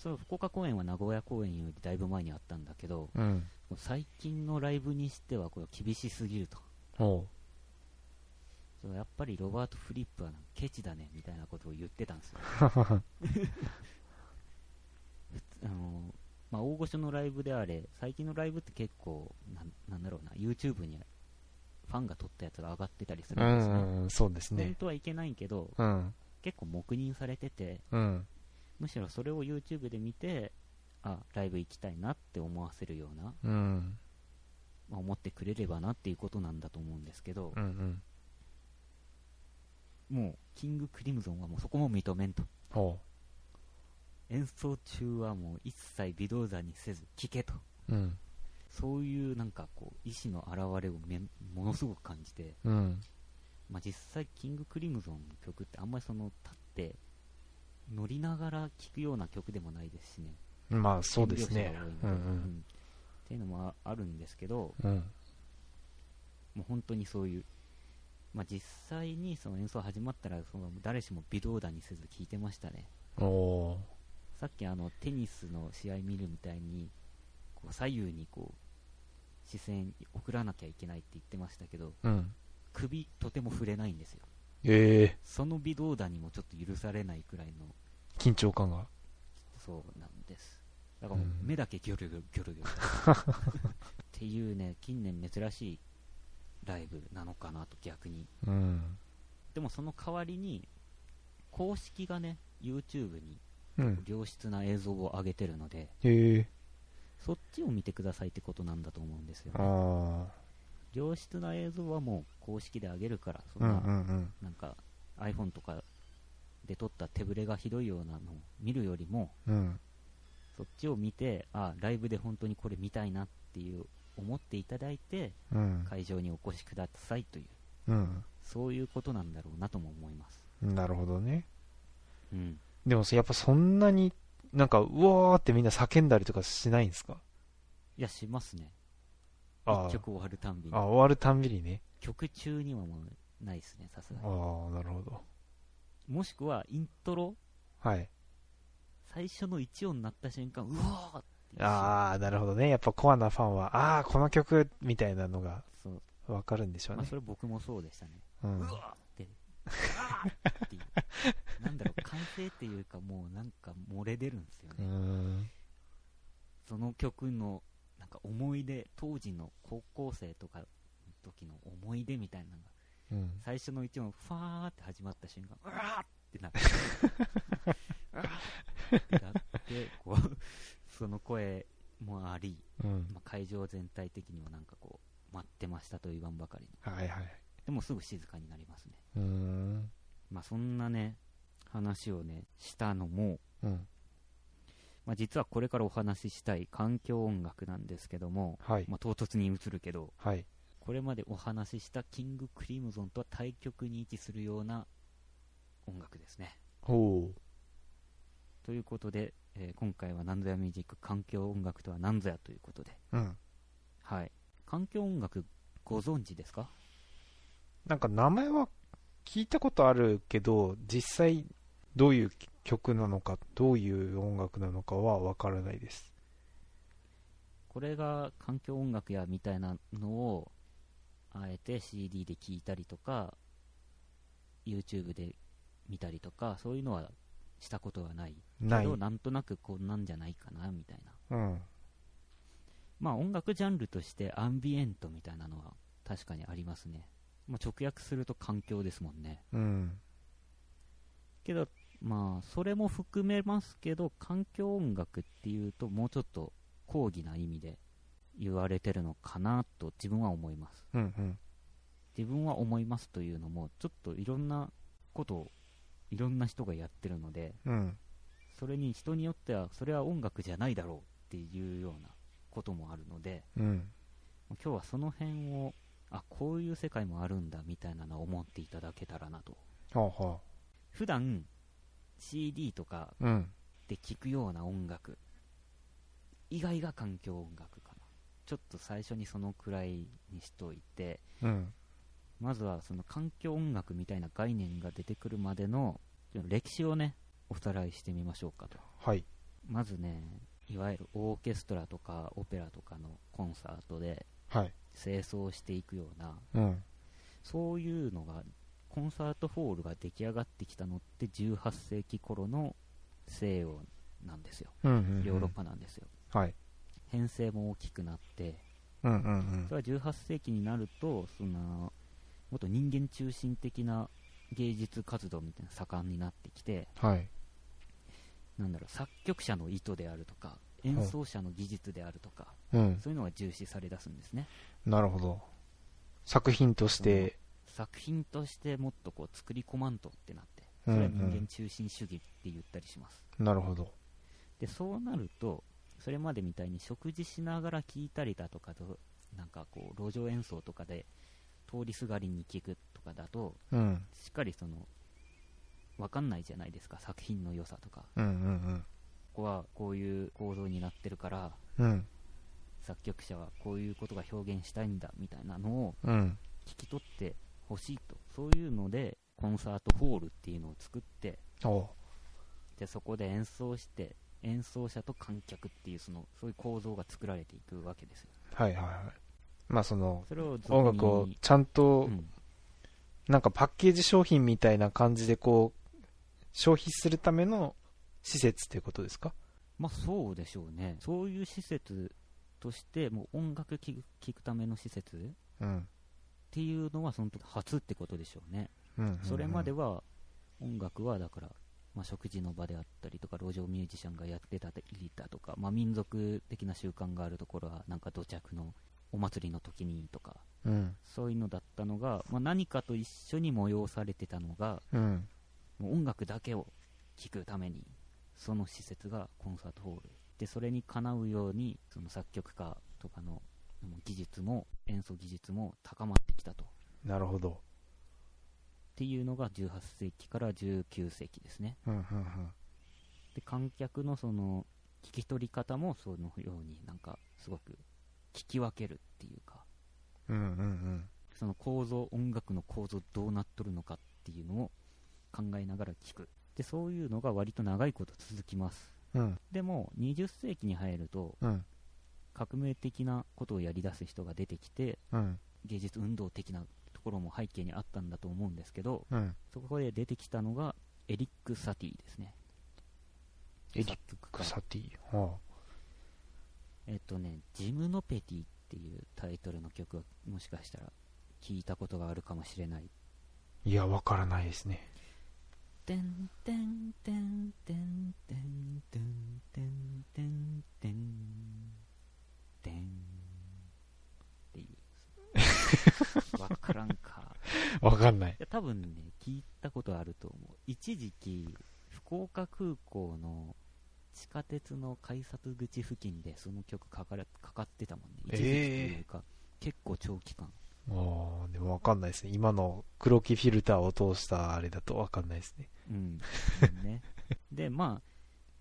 Speaker 1: その福岡公演は名古屋公演よりだいぶ前にあったんだけど
Speaker 2: うん。
Speaker 1: 最近のライブにしてはこれ厳しすぎると
Speaker 2: ほ
Speaker 1: そうやっぱりロバート・フリップはなんかケチだねみたいなことを言ってたんです よ、あのまあ、大御所のライブであれ最近のライブって結構なんなんだろうな YouTube にファンが撮ったやつが上がってたりす
Speaker 2: う。う
Speaker 1: るんですね、
Speaker 2: んうん。そうです
Speaker 1: 本
Speaker 2: ね。
Speaker 1: 当はいけないけど
Speaker 2: うん。
Speaker 1: 結構黙認されてて
Speaker 2: うん。
Speaker 1: むしろそれを YouTube で見てあライブ行きたいなって思わせるような、
Speaker 2: うん。
Speaker 1: まあ思ってくれればなっていうことなんだと思うんですけど
Speaker 2: う、ん。
Speaker 1: もうキングクリムゾンはもうそこも認めんと
Speaker 2: ほ
Speaker 1: 演奏中はもう一切微動だにせず聞けと
Speaker 2: う。うん。
Speaker 1: そういうなんかこう意思の表れをめものすごく感じて、
Speaker 2: うん。
Speaker 1: まあ、実際キングクリムゾンの曲ってあんまりその立って乗りながら聴くような曲でもないですしね
Speaker 2: まあそうです
Speaker 1: 変
Speaker 2: ね
Speaker 1: 拍子。
Speaker 2: う
Speaker 1: が多いので
Speaker 2: ん
Speaker 1: んっていうのもああるんですけど
Speaker 2: うん。うん。
Speaker 1: もう本当にそういう、まあ、実際にその演奏始まったらその誰しも微動だにせず聴いてましたね
Speaker 2: おー
Speaker 1: さっきあのテニスの試合見るみたいにこう左右にこう視線送らなきゃいけないって言ってましたけど
Speaker 2: うん。
Speaker 1: 首とても触れないんですよ
Speaker 2: ええ。
Speaker 1: その微動だにもちょっと許されないくらいの
Speaker 2: 緊張感が。
Speaker 1: そうなんですだからもう
Speaker 2: うん
Speaker 1: 目だけギョロギョロギョロギョロっていうね近年珍しいライブなのかなと逆に
Speaker 2: うん。
Speaker 1: でもその代わりに公式がね YouTube に
Speaker 2: うん。
Speaker 1: 良質な映像を上げてるので
Speaker 2: へえ。
Speaker 1: そっちを見てくださいってことなんだと思うんですよ、
Speaker 2: ああ。
Speaker 1: 良質な映像はもう公式で上げるから、そん
Speaker 2: う
Speaker 1: な、
Speaker 2: んうん
Speaker 1: なんか iPhone とかで撮った手ぶれがひどいようなのを見るよりも、
Speaker 2: うん。うん。
Speaker 1: そっちを見て、あライブで本当にこれ見たいなっていう思っていただいて、
Speaker 2: うん。
Speaker 1: 会場にお越しくださいという、
Speaker 2: うん。
Speaker 1: そういうことなんだろうなとも思います。
Speaker 2: なるほどね。
Speaker 1: うん、
Speaker 2: でもそやっぱそんなに、なんか、うわーってみんな叫んだりとかしないんですか
Speaker 1: いや、しますね、
Speaker 2: あ
Speaker 1: 一
Speaker 2: あ。
Speaker 1: 曲終わるたんびに
Speaker 2: あ、、終わるたんびにね。
Speaker 1: 曲中にはもうないですね、さすが
Speaker 2: あ
Speaker 1: に。
Speaker 2: あ、なるほど。
Speaker 1: もしくは、イントロ、
Speaker 2: はい。
Speaker 1: 最初の1音になった瞬間、うわーっていう
Speaker 2: ああ、なるほどね。やっぱコアなファンは、ああ、この曲みたいなのが
Speaker 1: そう
Speaker 2: わかるんでしょう
Speaker 1: まあ、
Speaker 2: ね
Speaker 1: そ。れ僕もそうでしたね、
Speaker 2: うん
Speaker 1: う。わーって、うわーっていう、なんだろう、 完成っていうか、もうなんか漏れ出るんですよ
Speaker 2: うー
Speaker 1: ね、
Speaker 2: ん。
Speaker 1: その曲のなんか思い出、当時の高校生とかの時の思い出みたいなのが、
Speaker 2: うん。
Speaker 1: 最初の一音、ファーって始まった瞬間、うわーってなって、うわ ーってなって、こうその声もあり、
Speaker 2: うん。
Speaker 1: まあ、会場全体的にもなんかこう、待ってましたと言わんばかりの、
Speaker 2: はいはい。
Speaker 1: でもすぐ静かになりますね。
Speaker 2: うーん。
Speaker 1: まあ、そんなね、話をね、したのも、
Speaker 2: うん。
Speaker 1: まあ、実はこれからお話ししたい環境音楽なんですけども、
Speaker 2: はい。
Speaker 1: まあ、唐突に移るけど、
Speaker 2: はい。
Speaker 1: これまでお話ししたキング・クリムゾンとは対極に位置するような音楽ですね。
Speaker 2: ほ
Speaker 1: ということで、えー今回はなんぞやミュージック環境音楽とはなんぞやということで、
Speaker 2: う。うん。
Speaker 1: はい。環境音楽ご存知ですか
Speaker 2: なんか名前は聞いたことあるけど、実際どういう曲なのか、どういう音楽なのかはわからないです。
Speaker 1: これが環境音楽やみたいなのをあえて CD で聴いたりとか YouTube で見たりとかそういうのはしたことはない
Speaker 2: な
Speaker 1: け
Speaker 2: い。
Speaker 1: ど
Speaker 2: う。
Speaker 1: なんとなくこんなんじゃないかなみたいなんまあ音楽ジャンルとしてアンビエントみたいなのは確かにありますね、まあ、直訳すると環境ですもんね
Speaker 2: うん。
Speaker 1: けどまあそれも含めますけど環境音楽っていうともうちょっと広義な意味で言われてるのかなと自分は思います
Speaker 2: うん。うん。
Speaker 1: 自分は思いますというのもちょっといろんなことをいろんな人がやってるので
Speaker 2: うん。
Speaker 1: それに人によってはそれは音楽じゃないだろうっていうようなこともあるので
Speaker 2: うん。
Speaker 1: 今日はその辺をあこういう世界もあるんだみたいなのを思っていただけたらなと
Speaker 2: はあは
Speaker 1: 普段 CD とか
Speaker 2: あ。うん。
Speaker 1: で聴くような音楽以外が環境音楽かなちょっと最初にそのくらいにしといて
Speaker 2: うん。
Speaker 1: まずはその環境音楽みたいな概念が出てくるまでの歴史をねおさらいしてみましょうかと
Speaker 2: はい。
Speaker 1: まずねいわゆるオーケストラとかオペラとかのコンサートで
Speaker 2: はい。
Speaker 1: 清掃していくような
Speaker 2: うん。
Speaker 1: そういうのがコンサートホールが出来上がってきたのって18世紀頃の西洋なんですよ
Speaker 2: うんうんうん。
Speaker 1: ヨーロッパなんですよ、
Speaker 2: はい。
Speaker 1: 編成も大きくなって
Speaker 2: うんうん
Speaker 1: それは18世紀になるとそのもっと人間中心的な芸術活動みたいなのが盛んになってきて
Speaker 2: うん。はい。
Speaker 1: なんだろう作曲者の意図であるとか演奏者の技術であるとか、
Speaker 2: うん。
Speaker 1: そういうのが重視されだすんですね
Speaker 2: なるほど。作品として、
Speaker 1: 作品としてもっとこう作り込まんとってなって
Speaker 2: う
Speaker 1: そ
Speaker 2: んう
Speaker 1: れは人間
Speaker 2: ん。
Speaker 1: 中心主義って言ったりします、
Speaker 2: なるほど。
Speaker 1: でそうなるとそれまでみたいに食事しながら聴いたりだとかとなんかこう路上演奏とかで通りすがりに聴くとかだと
Speaker 2: うん。
Speaker 1: しっかりその分かんないじゃないですか作品の良さとか
Speaker 2: うんうん
Speaker 1: ここはこういう構造になってるから
Speaker 2: うん。うん。
Speaker 1: 作曲者はこういうことが表現したいんだみたいなのを
Speaker 2: うん。
Speaker 1: 聞き取ってほしいとそういうのでコンサートホールっていうのを作って
Speaker 2: おう
Speaker 1: でそこで演奏して演奏者と観客っていうそのそういう構造が作られていくわけですよ
Speaker 2: はいはいはい。まあその、
Speaker 1: それを
Speaker 2: 音楽をちゃんと
Speaker 1: う、ん
Speaker 2: なんかパッケージ商品みたいな感じでこう、消費するための施設ということですか
Speaker 1: まあそうでしょうねそういう施設としてもう音楽聴く聴くための施設
Speaker 2: うん。
Speaker 1: っていうのはその時初ってことでしょうね、
Speaker 2: うんうんうん
Speaker 1: それまでは音楽はだから、まあ、食事の場であったりとか路上ミュージシャンがやってたりだとか、まあ、民族的な習慣があるところはなんか土着のお祭りの時にとか
Speaker 2: うん。
Speaker 1: そういうのだったのが、まあ、何かと一緒に催されてたのが
Speaker 2: うん。
Speaker 1: もう音楽だけを聴くためにその施設がコンサートホールでそれにかなうようにその作曲家とかの技術も演奏技術も高まってきたと
Speaker 2: なるほど。
Speaker 1: っていうのが18世紀から19世紀ですね
Speaker 2: うんうんうん。
Speaker 1: で観客のその聞き取り方もそのようになんかすごく聞き分けるっていうか
Speaker 2: うんうん
Speaker 1: その構造音楽の構造どうなっとるのかっていうのを考えながら聞くでそういうのが割と長いこと続きます
Speaker 2: うん。うん
Speaker 1: でも20世紀に入ると
Speaker 2: うん
Speaker 1: 革命的なことをやりだす人が出てきて
Speaker 2: うん
Speaker 1: 芸術運動的なところも背景にあったんだと思うんですけど
Speaker 2: うん。
Speaker 1: そこで出てきたのがエリック・サティですね
Speaker 2: エリッ
Speaker 1: 作曲
Speaker 2: ク・
Speaker 1: 家
Speaker 2: サティ。は
Speaker 1: えっとね、ジムノペティっていうタイトルの曲はもしかしたら聞いたことがあるかもしれない。
Speaker 2: あいや、わからないですね。
Speaker 1: てんてんてんてんてんてんてんてんてんてんっていう。わからんか。
Speaker 2: わかんない
Speaker 1: い。や多分ね、聞いたことあると思う。一時期、福岡空港の地下鉄の改札口付近でその曲かかれかかってたもんね。一時期というか、結構長期間。
Speaker 2: ああ、でもわかんないですね。今の黒木フィルターを通したあれだとわかんないですね。
Speaker 1: うん、ね、でまあ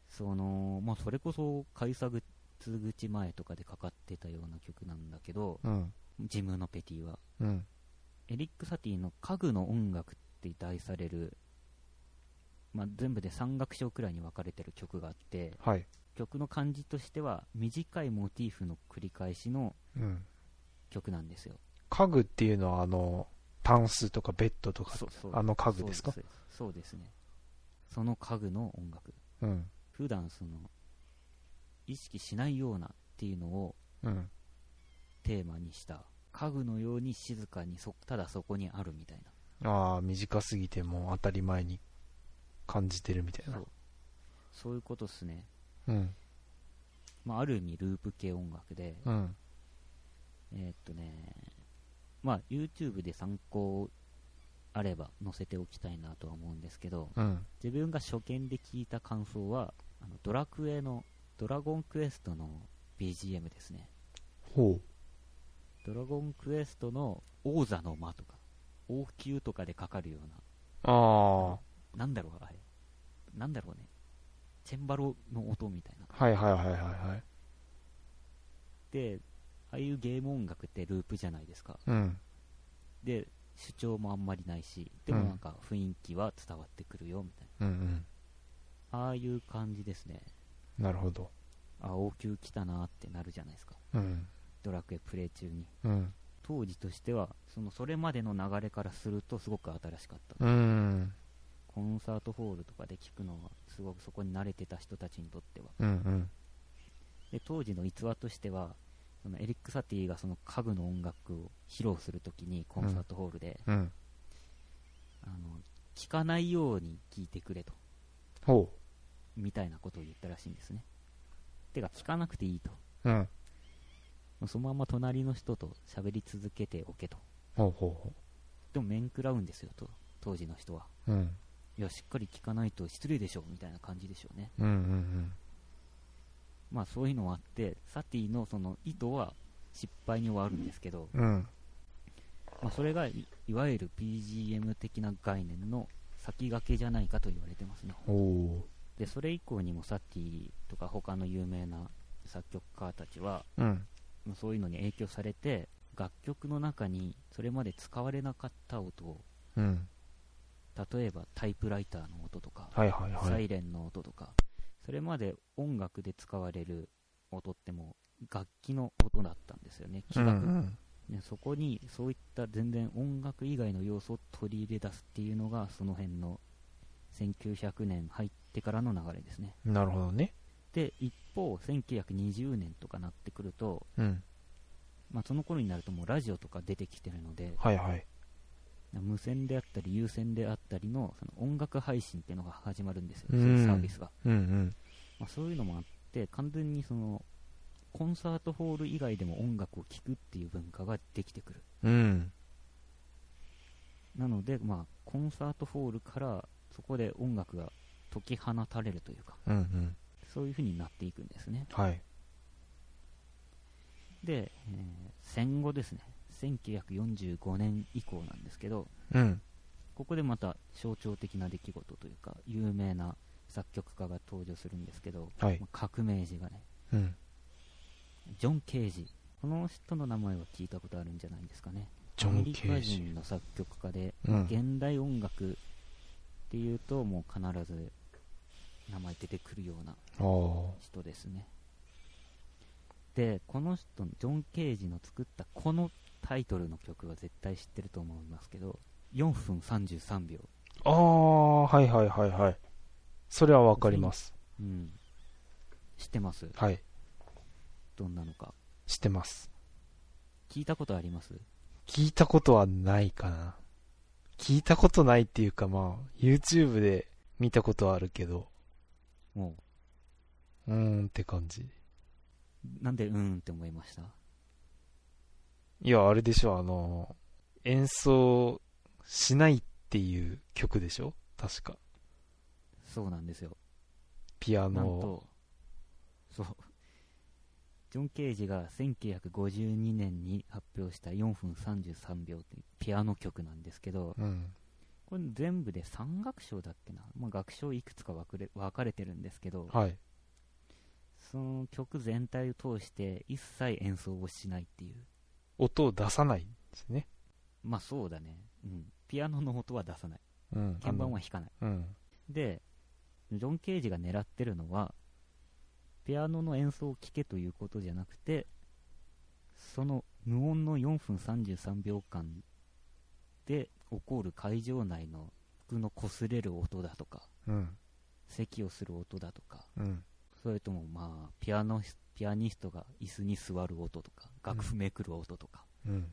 Speaker 1: その、まあ、それこそ開鎖口口前とかでかかってたような曲なんだけど
Speaker 2: うん。
Speaker 1: ジム・ノペティは
Speaker 2: うん。
Speaker 1: エリック・サティの「家具の音楽」って題される、まあ、全部で3楽章くらいに分かれてる曲があって
Speaker 2: はい。
Speaker 1: 曲の感じとしては短いモチーフの繰り返しの
Speaker 2: うん。
Speaker 1: 曲なんですよ
Speaker 2: 家具っていうのは、あの、タンスとかベッドとか、
Speaker 1: そうそう
Speaker 2: あの家具ですか
Speaker 1: そうですそうですねその家具の音楽
Speaker 2: うん。
Speaker 1: 普段その意識しないようなっていうのを
Speaker 2: うん。
Speaker 1: テーマにした家具のように静かにそただそこにあるみたいな
Speaker 2: ああ、短すぎてもう当たり前に感じてるみたいな
Speaker 1: そう。そういうことっすね、
Speaker 2: うん。
Speaker 1: まあ、ある意味ループ系音楽で、
Speaker 2: うん。
Speaker 1: えーっとねまあ YouTube で参考あれば載せておきたいなとは思うんですけど
Speaker 2: うん。
Speaker 1: 自分が初見で聞いた感想はあのドラクエのドラゴンクエストの BGM ですね
Speaker 2: ほ
Speaker 1: ドラゴンクエストの王座の間とか王宮とかでかかるような
Speaker 2: う。あ
Speaker 1: なんだろう、あれ。なんだろうね。チェンバロの音みたいな。
Speaker 2: あ、はいはいはいはいはい。
Speaker 1: で、ああいうゲーム音楽ってループじゃないですか。
Speaker 2: うん。
Speaker 1: で、主張もあんまりないし、でも
Speaker 2: うん
Speaker 1: なんか雰囲気は伝わってくるよみたい
Speaker 2: うんうん。
Speaker 1: な。ああいう感じですね。
Speaker 2: なるほど。
Speaker 1: あ、王宮来たなってなるじゃないですか。
Speaker 2: うん。
Speaker 1: ドラクエプレイ中に。
Speaker 2: うん。
Speaker 1: 当時としては、そのそれまでの流れからするとすごく新しかった。
Speaker 2: うん。
Speaker 1: コンサートホールとかで聞くのは、すごくそこに慣れてた人たちにとっては。
Speaker 2: うんうん。
Speaker 1: で当時の逸話としてはそのエリック・サティがその家具の音楽を披露するときにコンサートホールで、
Speaker 2: うん。
Speaker 1: あの聞かないように聞いてくれと
Speaker 2: ほ
Speaker 1: みたいなことを言ったらしいんですねてか聞かなくていいとも
Speaker 2: う。うん。
Speaker 1: うそのまま隣の人と喋り続けておけと
Speaker 2: ほうほうほ
Speaker 1: でも面食らうんですよと当時の人は
Speaker 2: う。うん。
Speaker 1: いやしっかり聞かないと失礼でしょみたいな感じでしょうね
Speaker 2: うんうん
Speaker 1: まあそういうのはあってサティのその意図は失敗に終わるんですけど、
Speaker 2: うん。うん。
Speaker 1: まあ、それがいいわゆる BGM 的な概念の先駆けじゃないかと言われてますね
Speaker 2: おお。
Speaker 1: でそれ以降にもサティとか他の有名な作曲家たちは
Speaker 2: うん。
Speaker 1: まあそういうのに影響されて楽曲の中にそれまで使われなかった音を
Speaker 2: うん。
Speaker 1: 例えばタイプライターの音とか、
Speaker 2: はいはい
Speaker 1: サ
Speaker 2: はい。
Speaker 1: イレンの音とかそれまで音楽で使われる音ってもう楽器の音だったんですよね器楽
Speaker 2: うん
Speaker 1: ね、そこにそういった全然音楽以外の要素を取り入れ出すっていうのがその辺の1900年入ってからの流れですね
Speaker 2: うん。なるほどね。
Speaker 1: で一方1920年とかなってくると、
Speaker 2: うん。
Speaker 1: まあ、その頃になるともうラジオとか出てきてるので
Speaker 2: はいはい。
Speaker 1: 無線であったり有線であったりのその音楽配信っていうのが始まるんですよ、
Speaker 2: うん
Speaker 1: そういうサービスが、
Speaker 2: うんうん。
Speaker 1: まあ、そういうのもあって完全にそのコンサートホール以外でも音楽を聴くっていう文化ができてくる
Speaker 2: うん。
Speaker 1: なので、まあ、コンサートホールからそこで音楽が解き放たれるというか
Speaker 2: うんうん。
Speaker 1: そういう風になっていくんですね
Speaker 2: はい。
Speaker 1: で、えー戦後ですね1945年以降なんですけど
Speaker 2: うん。
Speaker 1: ここでまた象徴的な出来事というか有名な作曲家が登場するんですけど、
Speaker 2: はい
Speaker 1: ま。あ革命児がね
Speaker 2: うん。
Speaker 1: ジョン・ケージこの人の名前は聞いたことあるんじゃないですかね
Speaker 2: ジョ
Speaker 1: アメ
Speaker 2: ン・
Speaker 1: リ
Speaker 2: ケ
Speaker 1: カ
Speaker 2: ージ。
Speaker 1: 人の作曲家で
Speaker 2: うん。
Speaker 1: 現代音楽っていうともう必ず名前出てくるような
Speaker 2: ああ。
Speaker 1: 人ですねでこの人のジョン・ケージの作ったこのタイトルの曲は絶対知ってると思いますけど4分33秒、
Speaker 2: ああ、はいはいはいはい。それはわかります。
Speaker 1: うん、知ってます
Speaker 2: はい。
Speaker 1: どんなのか
Speaker 2: 知ってます。
Speaker 1: 聞いたことあります
Speaker 2: 聞いたことはないかな。聞いたことないっていうかまあ、YouTube で見たことはあるけど、
Speaker 1: も
Speaker 2: うーんって感じ。
Speaker 1: うなんでうーんって思いました
Speaker 2: いや、あれでしょ、あの、演奏しないっていう曲でしょ確か。
Speaker 1: そうなんですよ
Speaker 2: ピア
Speaker 1: なん
Speaker 2: ノを。
Speaker 1: とそうジョン・ケージが1952年に発表した4分33秒っていうピアノ曲なんですけど、
Speaker 2: うん。
Speaker 1: これ全部で3楽章だっけな、まあ、楽章いくつか分かれ分かれてるんですけど、
Speaker 2: はい。
Speaker 1: その曲全体を通して一切演奏をしないっていう、
Speaker 2: 音を出さないんですね。
Speaker 1: まあそうだね、うん、ピアノの音は出さない、
Speaker 2: うん。
Speaker 1: 鍵盤は弾かない。
Speaker 2: あの。うん。
Speaker 1: で、ジョン・ケージが狙ってるのは、ピアノの演奏を聴けということじゃなくて、その無音の4分33秒間で起こる会場内の服の擦れる音だとか、
Speaker 2: うん。
Speaker 1: 咳をする音だとか、
Speaker 2: うん。
Speaker 1: それともまあピアノス、ピアニストが椅子に座る音とか、楽譜めくる音とか、
Speaker 2: うん。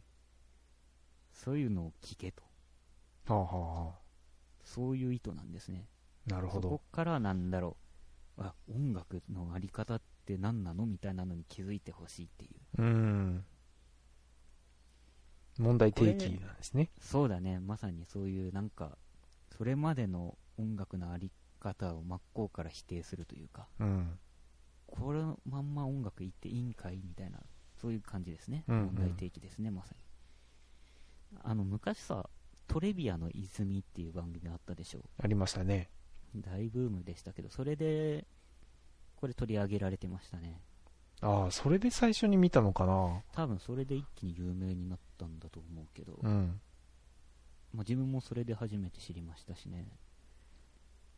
Speaker 1: そういうのを聞けと、
Speaker 2: はあ、はあは
Speaker 1: そういう意図なんですね。
Speaker 2: あ、なるほ
Speaker 1: そこ
Speaker 2: ど。
Speaker 1: からなんだろう、あ音楽のあり方って何なのみたいなのに気づいてほしいっていう、
Speaker 2: うん。問題提起なんですね。
Speaker 1: そうだね、まさにそういうなんか、それまでの音楽のあり方を真っ向から否定するというか、
Speaker 2: うん。
Speaker 1: これのまんま音楽行っていいんかいみたいな、そういう感じですね、
Speaker 2: うんうん
Speaker 1: 問題提起ですね、まさに。あの昔さ、トレビアの泉っていう番組あったでしょ
Speaker 2: ありましたね。
Speaker 1: 大ブームでしたけど、それで、これ取り上げられてましたね。
Speaker 2: ああ、それで最初に見たのかな。
Speaker 1: 多分それで一気に有名になったんだと思うけど、
Speaker 2: うん。
Speaker 1: まあ、自分もそれで初めて知りましたしね、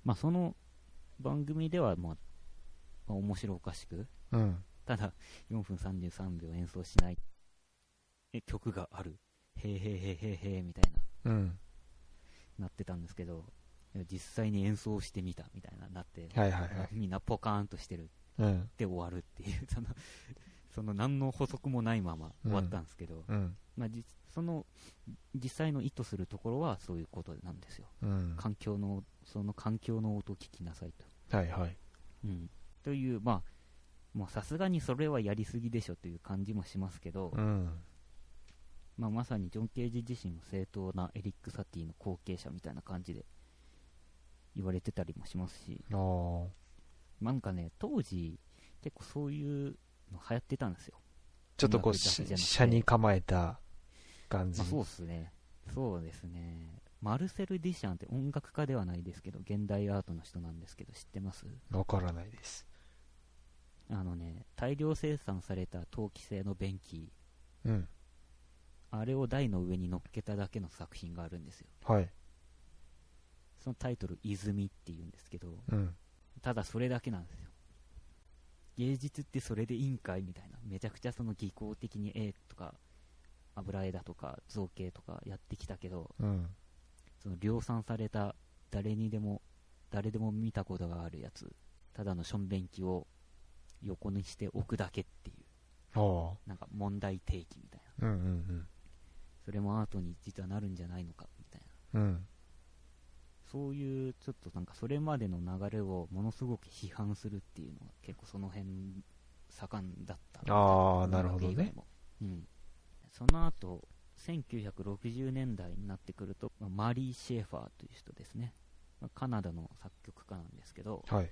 Speaker 1: まあ、その番組では、まあまあ、面白おかしく
Speaker 2: うん。
Speaker 1: ただ4分33秒演奏しないえ曲があるへーへーへーへーへーみたいな
Speaker 2: うん。
Speaker 1: なってたんですけどいや実際に演奏してみたみたいななって、
Speaker 2: はいはいはい。
Speaker 1: みんなポカーンとしてる
Speaker 2: うん。
Speaker 1: で終わるっていうそのその何の補足もないまま終わったんですけど、
Speaker 2: うん。
Speaker 1: まあ、じその実際の意図するところはそういうことなんですよ、
Speaker 2: うん。
Speaker 1: 環境のその環境の音を聞きなさいと。
Speaker 2: はいはい。
Speaker 1: うん、という、まあ、もうさすがにそれはやりすぎでしょという感じもしますけど、
Speaker 2: うん。
Speaker 1: まあ、まさにジョン・ケージ自身も正当なエリック・サティの後継者みたいな感じで言われてたりもしますし、
Speaker 2: ああ。
Speaker 1: なんかね、当時、結構そういうの流行ってたんですよ。
Speaker 2: ちょっとこ
Speaker 1: 音楽だ
Speaker 2: う、
Speaker 1: けじゃなくて
Speaker 2: 車に構えた感じ。
Speaker 1: まあ、そうですね。そうですね。マルセル・ディシャンって音楽家ではないですけど、現代アートの人なんですけど、知ってます
Speaker 2: わからないです。
Speaker 1: あのね、大量生産された陶器製の便器、
Speaker 2: うん。
Speaker 1: あれを台の上に乗っけただけの作品があるんですよ。
Speaker 2: はい。
Speaker 1: そのタイトル、泉っていうんですけど、
Speaker 2: うん。
Speaker 1: ただそれだけなんですよ。芸術ってそれでいいんかいみたいな、めちゃくちゃその技巧的に絵とか、油絵だとか、造形とかやってきたけど、
Speaker 2: うん。
Speaker 1: その量産された誰にでも誰でも見たことがあるやつただのしょんべん機を横にして置くだけっていう
Speaker 2: ああ。
Speaker 1: なんか問題提起みたいな
Speaker 2: うんうん
Speaker 1: それもアートに実はなるんじゃないのかみたいな
Speaker 2: うん。うん。
Speaker 1: そういうちょっとなんかそれまでの流れをものすごく批判するっていうのは結構その辺盛んだった
Speaker 2: ああ、なるほど
Speaker 1: 音楽以外
Speaker 2: ね。
Speaker 1: もうんその後1960年代になってくると、まあマリー・シェーファーという人ですね、まあカナダの作曲家なんですけど、
Speaker 2: はい。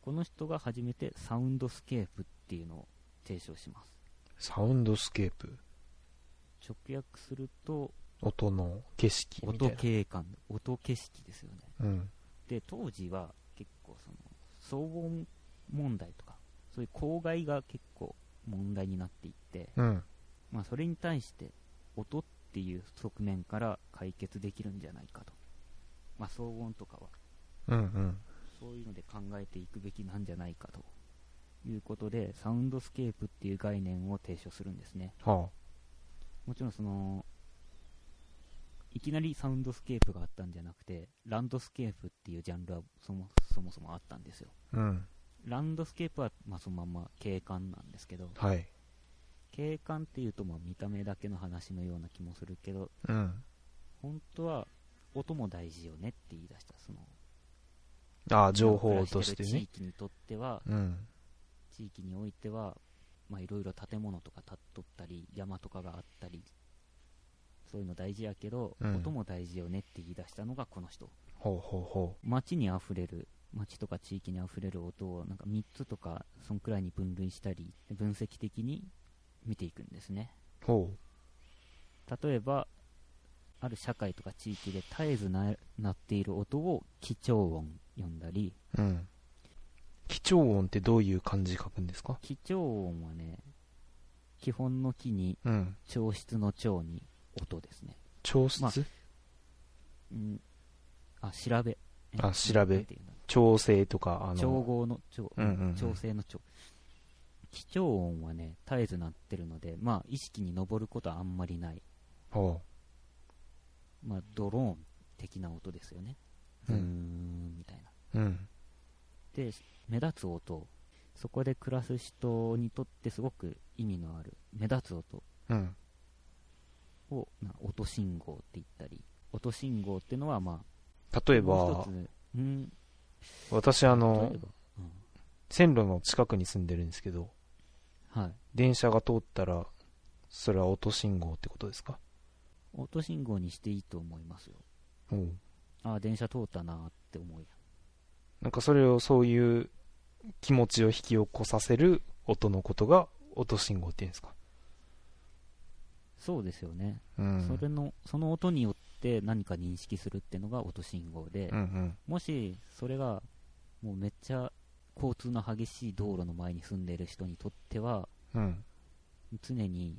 Speaker 1: この人が初めてサウンドスケープっていうのを提唱します
Speaker 2: サウンドスケープ。
Speaker 1: 直訳すると
Speaker 2: 音の景色み
Speaker 1: 音
Speaker 2: たいな。
Speaker 1: 景観音景色ですよね
Speaker 2: うん。
Speaker 1: で当時は結構その騒音問題とかそういう公害が結構問題になっていって、
Speaker 2: うん。
Speaker 1: まあ、それに対して音っていう側面から解決できるんじゃないかと、まあ、騒音とかは
Speaker 2: うんうん。
Speaker 1: そういうので考えていくべきなんじゃないかということでサウンドスケープっていう概念を提唱するんですね
Speaker 2: は
Speaker 1: もちろんそのいきなりサウンドスケープがあったんじゃなくてランドスケープっていうジャンルはそもそもそもあったんですよ
Speaker 2: あ。うん。
Speaker 1: ランドスケープはまあそのまま景観なんですけど
Speaker 2: はい。
Speaker 1: 景観っていうとまあ見た目だけの話のような気もするけど
Speaker 2: うん。
Speaker 1: 本当は音も大事よねって言い出したその
Speaker 2: ああ、情報として
Speaker 1: 暮ら
Speaker 2: ね
Speaker 1: る。地域にとっては
Speaker 2: うん。
Speaker 1: 地域においてはまあいろいろ建物とか建っとったり山とかがあったりそういうの大事やけど、
Speaker 2: うん
Speaker 1: 音も大事よねって言い出したのがこの人
Speaker 2: ほうほうほ
Speaker 1: 街にあふれる街とか地域にあふれる音をなんか3つとかそんくらいに分類したり分析的に見ていくんですね
Speaker 2: う。ほう。
Speaker 1: 例えばある社会とか地域で絶えずな鳴っている音を基調音呼んだり
Speaker 2: うん。基調音ってどういう漢字書くんですか
Speaker 1: 基調音はね基本の木に
Speaker 2: うん。
Speaker 1: 調室の調に音ですね
Speaker 2: 調室、
Speaker 1: まあうんあ調べえ
Speaker 2: あ調べ
Speaker 1: なんていうんだ
Speaker 2: 調整とか、あの。
Speaker 1: 調合の調、
Speaker 2: うんうんうん
Speaker 1: 調整の調基調音はね絶えず鳴ってるのでまあ意識に上ることはあんまりない
Speaker 2: ほ
Speaker 1: まあドローン的な音ですよねう
Speaker 2: うん
Speaker 1: ーんみたいな
Speaker 2: う。うん。
Speaker 1: で目立つ音そこで暮らす人にとってすごく意味のある目立つ音
Speaker 2: うん。
Speaker 1: を、まあ、音信号って言ったり音信号ってのはまあ
Speaker 2: 例え
Speaker 1: もう一
Speaker 2: ば
Speaker 1: つ、うん
Speaker 2: 私あ
Speaker 1: 例
Speaker 2: の
Speaker 1: え、ば、
Speaker 2: 線路の近くに住んでるんですけど、
Speaker 1: うん、はい
Speaker 2: 電車が通ったら、それは音信号ってことですか
Speaker 1: 音信号にしていいと思いますよ
Speaker 2: ほう。
Speaker 1: ああ電車通ったなーって思うやん
Speaker 2: なんかそれをそういう気持ちを引き起こさせる音のことが音信号って言うんですか。
Speaker 1: そうですよね、
Speaker 2: うん。
Speaker 1: それのその音によって何か認識するっていうのが音信号で、
Speaker 2: うんうん。
Speaker 1: もしそれがもうめっちゃ交通の激しい道路の前に住んでいる人にとっては
Speaker 2: うん。
Speaker 1: 常に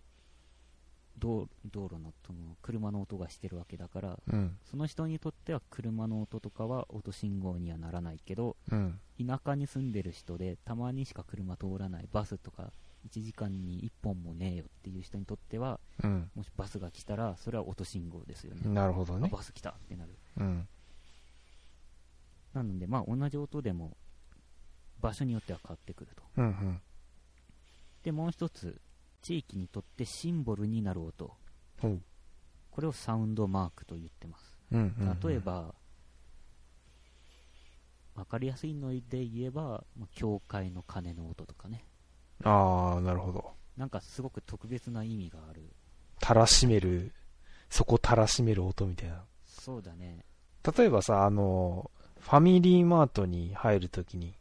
Speaker 1: 道道路のその車の音がしてるわけだから
Speaker 2: うん。
Speaker 1: その人にとっては車の音とかは音信号にはならないけど
Speaker 2: うん。
Speaker 1: 田舎に住んでる人でたまにしか車通らないバスとか1時間に1本もねえよっていう人にとっては
Speaker 2: うん。
Speaker 1: もしバスが来たらそれは音信号ですよね
Speaker 2: なるほど
Speaker 1: あ
Speaker 2: ね。
Speaker 1: バス来たってなる
Speaker 2: うん。
Speaker 1: なのでまあ同じ音でも場所によっては変わってくると
Speaker 2: うんうん。
Speaker 1: でもう一つ地域にとってシンボルになる音
Speaker 2: ほう。
Speaker 1: これをサウンドマークと言ってます
Speaker 2: うんうん、
Speaker 1: 例え。ば分かりやすいので言えばまあ教会の鐘の音とかね
Speaker 2: ああ、なるほど。
Speaker 1: なんかすごく特別な意味がある
Speaker 2: たらしめる、そこたらしめる音みたいな。
Speaker 1: そうだね
Speaker 2: 例えばさ、あの、ファミリーマートに入るときに、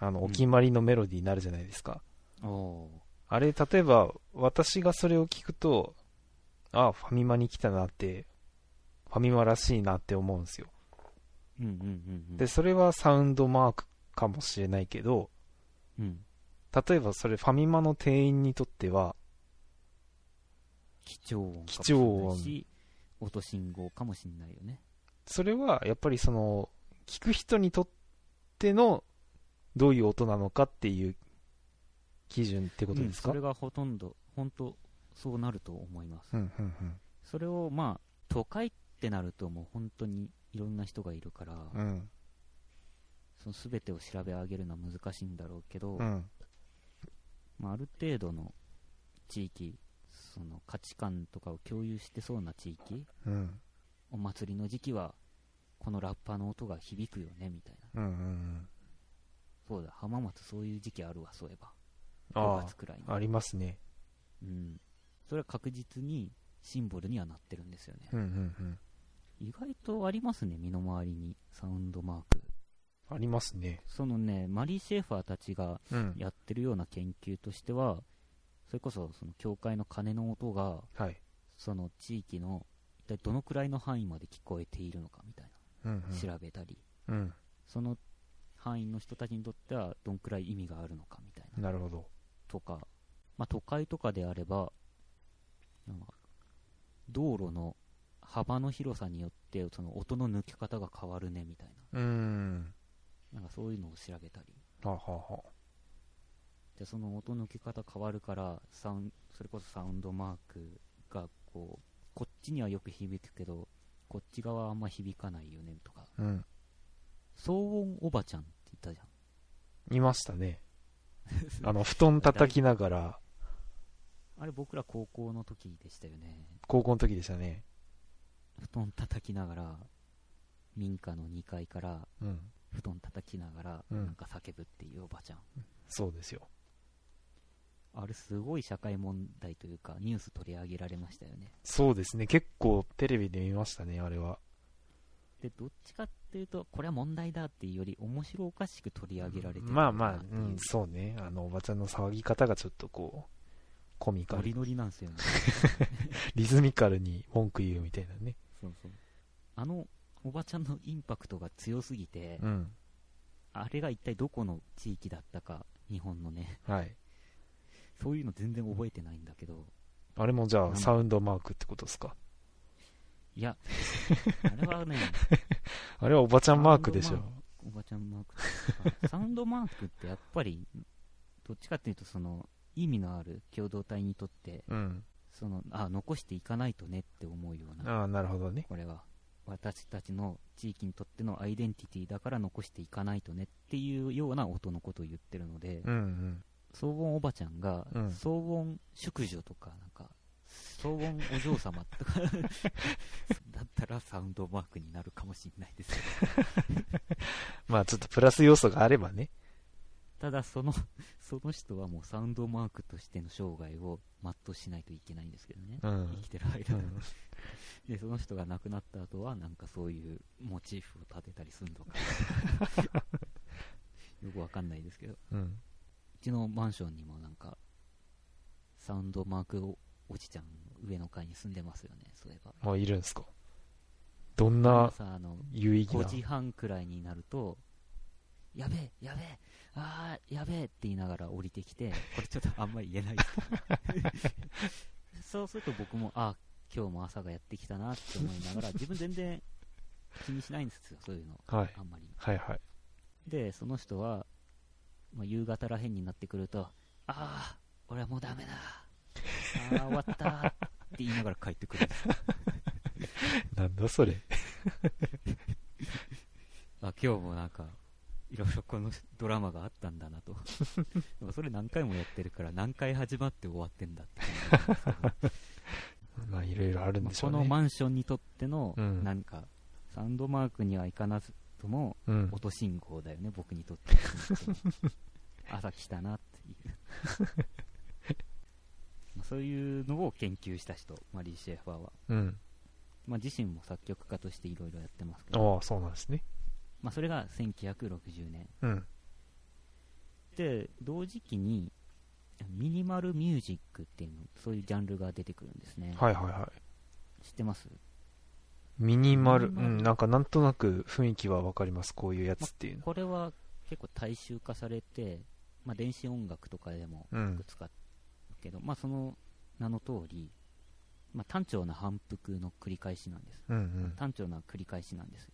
Speaker 2: あの、お決まりのメロディーになるじゃないですか。
Speaker 1: おお
Speaker 2: あれ、例えば、私がそれを聞くと、あファミマに来たなって、ファミマらしいなって思うんですよ。
Speaker 1: ーうんうんうんうん
Speaker 2: で、それはサウンドマークかもしれないけど、
Speaker 1: うん
Speaker 2: 例えばそれファミマの店員にとっては、
Speaker 1: 貴重音かも
Speaker 2: 貴
Speaker 1: しれ
Speaker 2: 重
Speaker 1: ない
Speaker 2: 音
Speaker 1: し音信号かもしれないよね
Speaker 2: それはやっぱりその、聞く人にとっての、どういう音なのかっていう基準ってことですか、
Speaker 1: うんそれがほとんど本当そうなると思います、
Speaker 2: うんうん
Speaker 1: それをまあ都会ってなるともう本当にいろんな人がいるから、
Speaker 2: うんうん
Speaker 1: その全てを調べ上げるのは難しいんだろうけど、
Speaker 2: うん
Speaker 1: まあ、ある程度の地域その価値観とかを共有してそうな地域
Speaker 2: うん
Speaker 1: お祭りの時期はこのラッパの音が響くよねみたいな
Speaker 2: うんうん
Speaker 1: そうだ浜松そういう時期あるわそういえば5
Speaker 2: あ
Speaker 1: 月くらいに
Speaker 2: あありますね
Speaker 1: うん、それは確実にシンボルにはなってるんですよね、
Speaker 2: うんうんうん
Speaker 1: 意外とありますね、身の回りにサウンドマーク。
Speaker 2: ありますね
Speaker 1: そのね、マリー・シェーファーたちが
Speaker 2: うん
Speaker 1: やってるような研究としては、それこそその教会の鐘の音が、
Speaker 2: はい
Speaker 1: その地域の一体どのくらいの範囲まで聞こえているのかみたい
Speaker 2: うん
Speaker 1: な、調べたり、
Speaker 2: うん
Speaker 1: その範囲の人たちにとってはどのくらい意味があるのかみたいな、
Speaker 2: なるほど
Speaker 1: とか、まあ、都会とかであれば、なんか道路の幅の広さによって、その音の抜け方が変わるねみたいな。
Speaker 2: うん
Speaker 1: なんかそういうのを調べたり、
Speaker 2: はあ、はあはあ、
Speaker 1: じゃあその音の受け方変わるからサウン、それこそサウンドマークがこう、こっちにはよく響くけど、こっち側はあんま響かないよねとか、
Speaker 2: うん
Speaker 1: 騒音おばちゃんって言ったじ
Speaker 2: いました ね
Speaker 1: ゃん。
Speaker 2: あの布団叩きながら
Speaker 1: あれ僕ら高校の時でしたよね。
Speaker 2: 高校の時でしたね
Speaker 1: 布団叩きながら、民家の2階から
Speaker 2: うん
Speaker 1: 布団叩きながら、
Speaker 2: うん
Speaker 1: なんか叫ぶっていうおばちゃん。
Speaker 2: そうですよ
Speaker 1: あれすごい社会問題というかニュース取り上げられましたよね
Speaker 2: そうですね、結構テレビで見ましたね、あれは。
Speaker 1: でどっちかっていうとこれは問題だっていうより面白おかしく取り上げられてる
Speaker 2: まあまあ、
Speaker 1: って
Speaker 2: う、
Speaker 1: いうん
Speaker 2: そうね、あのおばちゃんの騒ぎ方がちょっとこう、コミカ
Speaker 1: ノ
Speaker 2: ル
Speaker 1: リ、ノリなんですよね
Speaker 2: リズミカルに文句言うみたいなね。
Speaker 1: そうそうあのおばちゃんのインパクトが強すぎて、
Speaker 2: うん、
Speaker 1: あれが一体どこの地域だったか日本のね
Speaker 2: はい。
Speaker 1: そういうの全然覚えてないんだけど
Speaker 2: あれもじゃ
Speaker 1: うん
Speaker 2: あ、サウンドマークってことですか。
Speaker 1: いやあれ はね
Speaker 2: あれはおばちゃんマークでし
Speaker 1: サウ
Speaker 2: ょ
Speaker 1: ン。おばちゃんマークっていうか サウンドマークってやっぱりどっちかっていうとその意味のある共同体にとって
Speaker 2: うん。
Speaker 1: そのあ残していかないとねって思うような
Speaker 2: ああ、なるほどね。
Speaker 1: これは私たちの地域にとってのアイデンティティだから残していかないとねっていうような音のことを言ってるので、
Speaker 2: うんうん。
Speaker 1: 荘厳おばちゃんが、
Speaker 2: うん
Speaker 1: 荘厳淑女とかなんか荘厳お嬢様とか だったらサウンドマークになるかもしれないですけど
Speaker 2: まあ、ちょっとプラス要素があればね。
Speaker 1: ただそのその人はもうサウンドマークとしての生涯を全うしないといけないんですけどね、
Speaker 2: うん
Speaker 1: 生きてる
Speaker 2: う
Speaker 1: 間、
Speaker 2: ん、
Speaker 1: でその人が亡くなった後はなんかそういうモチーフを立てたりするのかよくわかんないですけどう
Speaker 2: うん。
Speaker 1: ちのマンションにもなんかサウンドマークおおじちゃん上の階に住んでますよねそういえば
Speaker 2: もういるんですか。どん
Speaker 1: 毎
Speaker 2: な
Speaker 1: 朝あの
Speaker 2: 有意義
Speaker 1: 5
Speaker 2: な。
Speaker 1: 時半くらいになるとやべえやべえあーやべえって言いながら降りてきてこれちょっとあんまり言えないですけどそうすると僕もあ今日も朝がやってきたなって思いながら自分全然気にしないんですよそういうの
Speaker 2: はい。
Speaker 1: あんまり
Speaker 2: はいはい。
Speaker 1: でその人は、まあ、夕方らへんになってくるとああ俺はもうダメだああ終わったーって言いながら帰ってくるんです
Speaker 2: なんだそれ。
Speaker 1: あ今日もなんかいろいろこのドラマがあったんだな とでもそれ何回もやってるから何回始まって終わってんだって感じなんですけど
Speaker 2: まあ、いろいろあるん
Speaker 1: ま
Speaker 2: でし
Speaker 1: あ
Speaker 2: ょ
Speaker 1: こ
Speaker 2: うね。
Speaker 1: のマンションにとっての
Speaker 2: うん
Speaker 1: なんかサウンドマークにはいかなずとも
Speaker 2: うん。
Speaker 1: 音信号だよね、僕にとって は朝来たなっていう まあそういうのを研究した人マリー・シェファーは、
Speaker 2: うん。
Speaker 1: まあ、自身も作曲家としていろいろやってますけど、
Speaker 2: ああ、そうなんですね。
Speaker 1: まあ、それが1960年
Speaker 2: うん。
Speaker 1: で同時期にミニマルミュージックっていうのそういうジャンルが出てくるんですね、
Speaker 2: はいはいはい。
Speaker 1: 知ってます、
Speaker 2: ミニマル、う
Speaker 1: ミニマル
Speaker 2: ん、なんかなんとなく雰囲気はわかります、こういうやつっていうの。
Speaker 1: これは結構大衆化されて、まあ、電子音楽とかでも
Speaker 2: う
Speaker 1: よ
Speaker 2: ん
Speaker 1: く、使うけど、まあ、その名の通り、まあ、単調な反復の繰り返しなんです、
Speaker 2: うん、うん。
Speaker 1: 単調な繰り返しなんです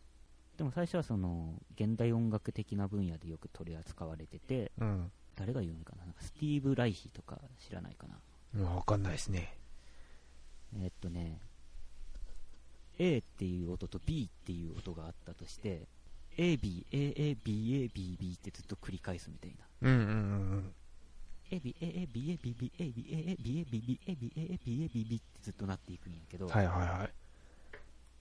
Speaker 1: でも最初はその現代音楽的な分野でよく取り扱われてて
Speaker 2: うん。
Speaker 1: 誰が言うのかななんかスティーブ・ライヒとか知らないかな
Speaker 2: うんわかんないですね。
Speaker 1: えっとね、A っていう音と B っていう音があったとして、A、B、A、A、B、A、B、B ってずっと繰り返すみたいな。
Speaker 2: うん、うん、うん。
Speaker 1: A、B、A、A、B、A、B、B、A、B、A、A、B、A、B、B、A、B、A、A、B、A、B、B ってずっとなっていくんやけ
Speaker 2: う
Speaker 1: ど、
Speaker 2: んはいはいはい。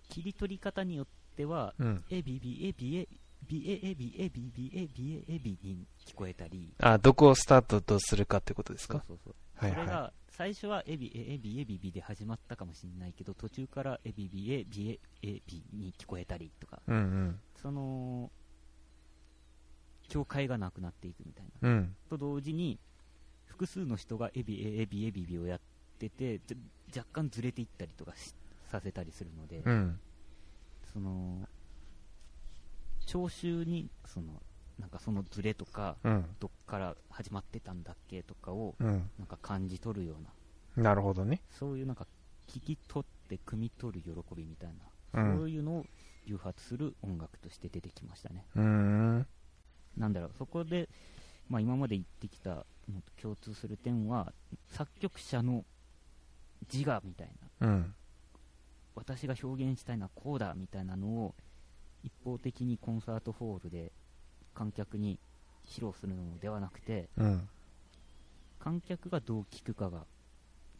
Speaker 1: 切り取り方によっては、
Speaker 2: うん。
Speaker 1: A、B、B、A、B、A、B、A、A、B、A、B、B、A、B、A、A、B に聞こえたり、
Speaker 2: あ、どこをスタートとするかってことです
Speaker 1: そう
Speaker 2: か
Speaker 1: そうそう。そ
Speaker 2: はい
Speaker 1: れ
Speaker 2: は
Speaker 1: が、最初は A、B、A、A、B、A、B、B で始まったかもしれないけど、途中から A、B、B、A、B、A、A、B に聞こえたりとか、
Speaker 2: い。うん、
Speaker 1: その境界がなくなっていくみたいな
Speaker 2: うん。うん。
Speaker 1: と同時に複数の人がエビエエビエビビをやっててじゃ若干ずれていったりとかしさせたりするので、
Speaker 2: うん。
Speaker 1: その聴衆にそのなんかそのずれとか
Speaker 2: うん。
Speaker 1: どっから始まってたんだっけとかを
Speaker 2: うん。
Speaker 1: なんか感じ取るような
Speaker 2: なるほどね。
Speaker 1: そういうなんか聞き取って汲み取る喜びみたいな、
Speaker 2: うん
Speaker 1: そういうのを誘発する音楽として出てきましたね
Speaker 2: うーん。
Speaker 1: なんだろう、そこで、まあ、今まで言ってきたのと共通する点は、作曲者の自我みたいな、
Speaker 2: うん。
Speaker 1: 私が表現したいのはこうだみたいなのを、一方的にコンサートホールで観客に披露するのではなくて、
Speaker 2: うん。
Speaker 1: 観客がどう聞くかが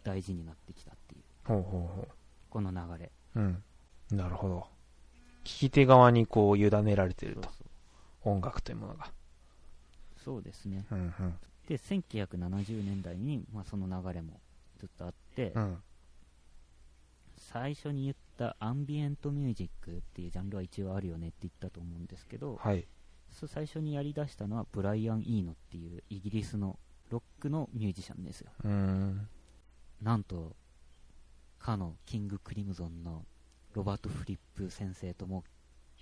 Speaker 1: 大事になってきたっていう、
Speaker 2: ほうほうほ
Speaker 1: この流れ。
Speaker 2: う。うん。なるほど。聞き手側にこう、委ねられてる
Speaker 1: そう
Speaker 2: と。
Speaker 1: そう
Speaker 2: 音楽というものが。
Speaker 1: そうですね。
Speaker 2: うん、うん。
Speaker 1: で1970年代に、まあ、その流れもずっとあって、
Speaker 2: うん。
Speaker 1: 最初に言ったアンビエントミュージックっていうジャンルは一応あるよねって言ったと思うんですけど、
Speaker 2: はい。
Speaker 1: そう最初にやり出したのはブライアン・イーノっていうイギリスのロックのミュージシャンですよ
Speaker 2: うーん。
Speaker 1: なんとかのキング・クリムゾンのロバート・フリップ先生とも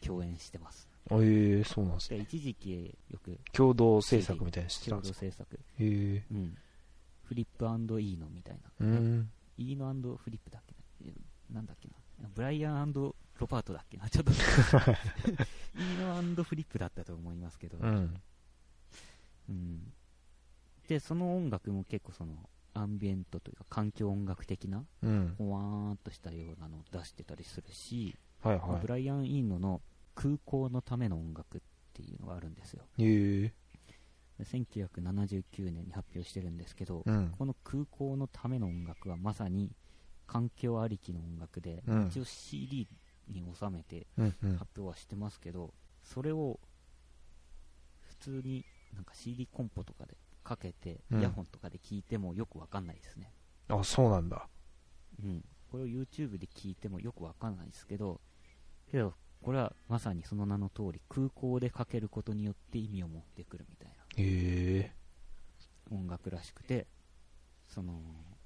Speaker 1: 共演してます
Speaker 2: えー、そうなんです
Speaker 1: で
Speaker 2: ね。
Speaker 1: 一時期よく
Speaker 2: 共同制作みたいなのしてた
Speaker 1: 共
Speaker 2: んで
Speaker 1: 同
Speaker 2: すか
Speaker 1: 制作、
Speaker 2: へえ
Speaker 1: うん、フリップイーノみたいな、
Speaker 2: うーん。
Speaker 1: イーノフリップだっけなえなんだっけなブライアンロバートだっけなちょっ とイーノフリップだったと思いますけど、
Speaker 2: うん。
Speaker 1: うん、でその音楽も結構そのアンビエントというか環境音楽的な
Speaker 2: うん。
Speaker 1: ほわーっとしたようなのを出してたりするし、
Speaker 2: はい
Speaker 1: まあ
Speaker 2: は
Speaker 1: ブライアン・イーノの空港のための音楽っていうのがあるんですよ
Speaker 2: い。へえ
Speaker 1: で1979年に発表してるんですけど、
Speaker 2: うん。
Speaker 1: この空港のための音楽はまさに環境ありきの音楽で、
Speaker 2: うん
Speaker 1: 一応 CD に収めて
Speaker 2: うんうん。
Speaker 1: 発表はしてますけど、それを普通になんか CD コンポとかでかけて、
Speaker 2: うん
Speaker 1: イヤホンとかで聞いてもよくわかんないですね、
Speaker 2: あ、そうなんだ。
Speaker 1: うん、これを YouTube で聞いてもよくわかんないですけど、けどこれはまさにその名の通り、空港でかけることによって意味を持ってくるみたいな。
Speaker 2: へえ
Speaker 1: 音楽らしくてその、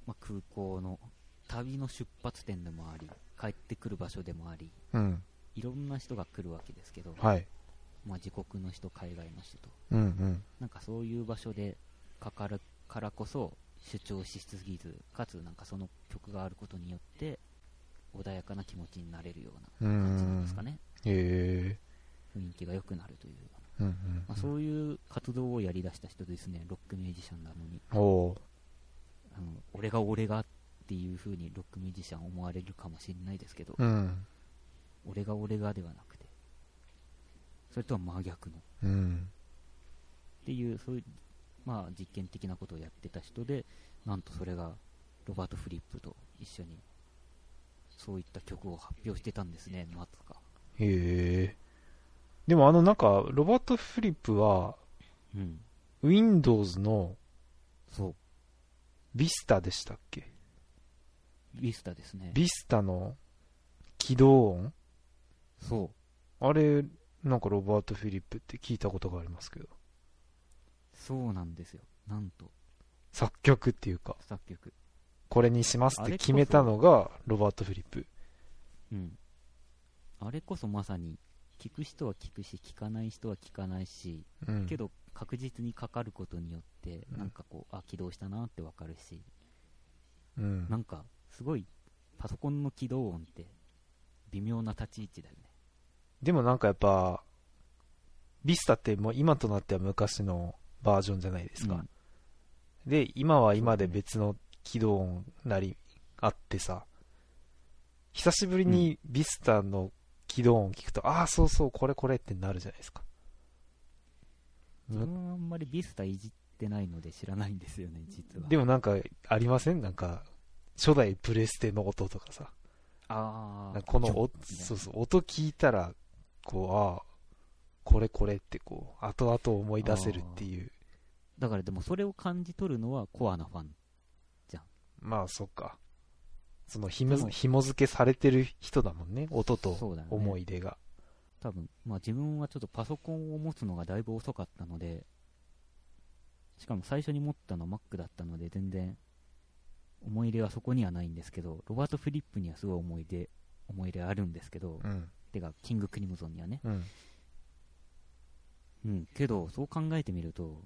Speaker 1: まあ空港の旅の出発点でもあり帰ってくる場所でもあり
Speaker 2: うん。
Speaker 1: いろんな人が来るわけですけど、
Speaker 2: はい。
Speaker 1: まあ、自国の人海外の人と
Speaker 2: うんうん。
Speaker 1: なんかそういう場所でかかるからこそ主張しすぎずかつなんかその曲があることによって穏やかな気持ちになれるような感じなんですかね
Speaker 2: へえ
Speaker 1: 雰囲気が良くなるというような、
Speaker 2: うんうん。
Speaker 1: まあ、そういう活動をやりだした人ですねロックミュージシャンなのに
Speaker 2: おー
Speaker 1: あの俺が俺がっていう風にロックミュージシャン思われるかもしれないですけど、
Speaker 2: うん。
Speaker 1: 俺が俺がではなくてそれとは真逆のっ
Speaker 2: うん。
Speaker 1: ていうそういう、まあ、実験的なことをやってた人でなんとそれがロバート・フリップと一緒にそういった曲を発表してたんですねまさか、
Speaker 2: へえでもあのなんか、ロバート・フリップは、
Speaker 1: うん、
Speaker 2: Windows の
Speaker 1: そう
Speaker 2: Vista でしたっけ
Speaker 1: ビスタですね
Speaker 2: ?Vista の起動音
Speaker 1: そう
Speaker 2: あれ、なんかロバート・フィリップって聞いたことがありますけど。
Speaker 1: そうなんですよなんと
Speaker 2: 作曲っていうか、
Speaker 1: 作曲、
Speaker 2: これにします
Speaker 1: あ
Speaker 2: っ
Speaker 1: れ
Speaker 2: て
Speaker 1: こそ
Speaker 2: 決めたのがロバート・フィリップ。
Speaker 1: うん、あれこそまさに聞く人は聞くし聞かない人は聞かないし
Speaker 2: うん。
Speaker 1: けど確実にかかることによって
Speaker 2: うん
Speaker 1: なんかこうあ起動したなってわかるし
Speaker 2: うん。
Speaker 1: なんかすごいパソコンの起動音って微妙な立ち位置だよね
Speaker 2: でもなんかやっぱ、Vista ってもう今となっては昔のバージョンじゃないですか。
Speaker 1: うん
Speaker 2: で、今は今で別の起動音なりあってさ、久しぶりにビスタの起動音聞くと、ああ、そうそう、これこれってなるじゃないですか。
Speaker 1: 自分はあんまりビスタいじってないので知らないんですよね実は
Speaker 2: でもなんか、ありませんなんか、初代プレステの音とかさ、
Speaker 1: あ
Speaker 2: なん
Speaker 1: あ
Speaker 2: かこの音、
Speaker 1: みたいな
Speaker 2: そうそう、音聞いたら、こう、ああ、これこれってこう、後々思い出せるっていう。
Speaker 1: だからでもそれを感じ取るのはコアなファン
Speaker 2: まあ、そっか。その紐
Speaker 1: でも
Speaker 2: づ、紐付けされてる人だもんね。音と
Speaker 1: そうだよね
Speaker 2: 思い出が。
Speaker 1: 多分まあ自分はちょっとパソコンを持つのがだいぶ遅かったのでしかも最初に持ったのは Mac だったので全然思い入れはそこにはないんですけどロバート・フリップにはすごい思い出思い入れあるんですけど、
Speaker 2: うん。
Speaker 1: てかキング・クリムゾンにはね
Speaker 2: うん。
Speaker 1: うんけどそう考えてみると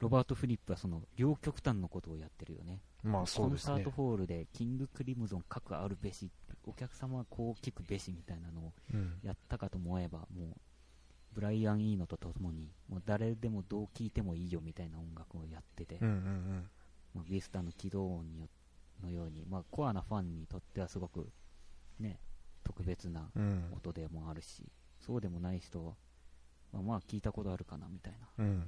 Speaker 1: ロバート・フリップはその両極端のことをやってるよね
Speaker 2: まあそうです
Speaker 1: コンサ
Speaker 2: ね
Speaker 1: ート。ホールでキング・クリムゾン各あるべしお客様はこう聞くべしみたいなのを
Speaker 2: うん。
Speaker 1: やったかと思えば、もう、ブライアン・イーノとともに、もう誰でもどう聴いてもいいよみたいな音楽をやってて、
Speaker 2: うんうん
Speaker 1: まあ、ビスタの起動音によのように、まあ、コアなファンにとってはすごく、ね、特別な
Speaker 2: うん。うん。
Speaker 1: 音でもあるし、そうでもない人は、まあ、まあ聞いたことあるかなみたいな、っ
Speaker 2: うん。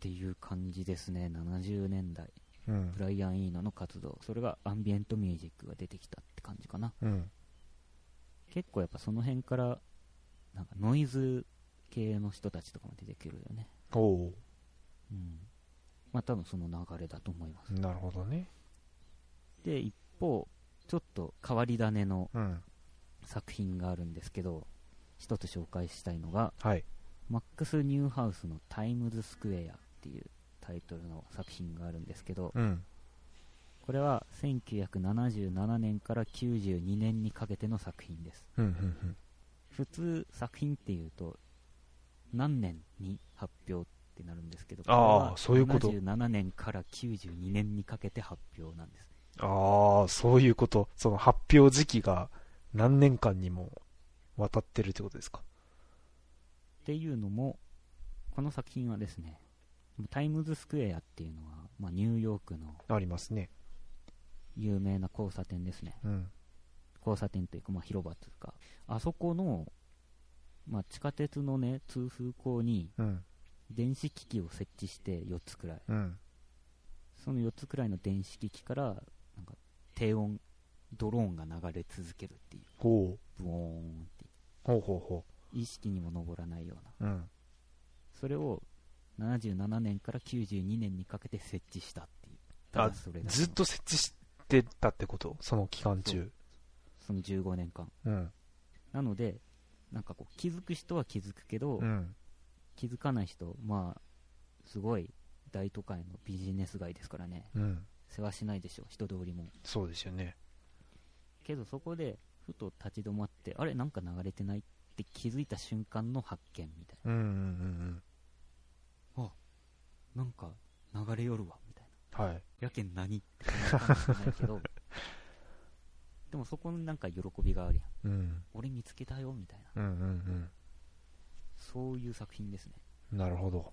Speaker 1: ていう感じですね、70年代、
Speaker 2: うん
Speaker 1: ブ。ライアン・イーノの活動、それがアンビエントミュージックが出てきたって感じかな。
Speaker 2: うん。
Speaker 1: 結構やっぱその辺からなんかノイズ系の人たちとかも出てくるよね
Speaker 2: おお。
Speaker 1: うん、まあ多分その流れだと思います。
Speaker 2: なるほどね。
Speaker 1: で、一方、ちょっと変わり種の
Speaker 2: うん。
Speaker 1: 作品があるんですけど、一つ紹介したいのが、
Speaker 2: はい。
Speaker 1: マックス・ニューハウスのタイムズ・スクエアっていうタイトルの作品があるんですけど、
Speaker 2: うん。
Speaker 1: これは1977年から92年にかけての作品です。
Speaker 2: うん、うん、
Speaker 1: 普通作品っていうと、何年に発表ってなるんですけど、
Speaker 2: あー
Speaker 1: これは
Speaker 2: そういうこと
Speaker 1: 77年から92年にかけて発表なんです。
Speaker 2: うん。ああ、そういうこと。その発表時期が何年間にも渡ってるってことですか。
Speaker 1: っていうのも、この作品はですね、タイムズスクエアっていうのは、まあ、ニューヨークの
Speaker 2: ありますね。
Speaker 1: 有名な交差点ですね。
Speaker 2: うん。
Speaker 1: 交差点というか、まあ、広場というか、あそこの、まあ、地下鉄のね、通風口に
Speaker 2: うん。
Speaker 1: 電子機器を設置して4つくらい。
Speaker 2: うん。
Speaker 1: その4つくらいの電子機器から、なんか低音、ドローンが流れ続けるっていう。
Speaker 2: ほう。
Speaker 1: ブオーンって。
Speaker 2: ほうほうほ
Speaker 1: 意識にも上らないような。
Speaker 2: う。うん。
Speaker 1: それを77年から92年にかけて設置したっていう。た
Speaker 2: あ
Speaker 1: だそれだけの
Speaker 2: ずっと設置してたってことその期間中。
Speaker 1: その15年間。
Speaker 2: うん。
Speaker 1: なので、なんかこう、気づく人は気づくけど、
Speaker 2: うん。
Speaker 1: 気づかない人、まあ、すごい大都会のビジネス街ですからね、
Speaker 2: うん。
Speaker 1: 世話しないでしょ、人通りも。
Speaker 2: そうですよね。
Speaker 1: けどそこで、ふと立ち止まって、あれ、なんか流れてないって気づいた瞬間の発見みたい
Speaker 2: うん、うん、うん
Speaker 1: な。なんか、流れ寄るわ、みたいな。
Speaker 2: うん。はい。
Speaker 1: やけん何って感じかもしれないけど、 でもそこになんか喜びがあるやん。
Speaker 2: うん。
Speaker 1: 俺見つけたよ、みたいな。
Speaker 2: うん、うん、
Speaker 1: そういう作品ですね。
Speaker 2: うん。なるほど。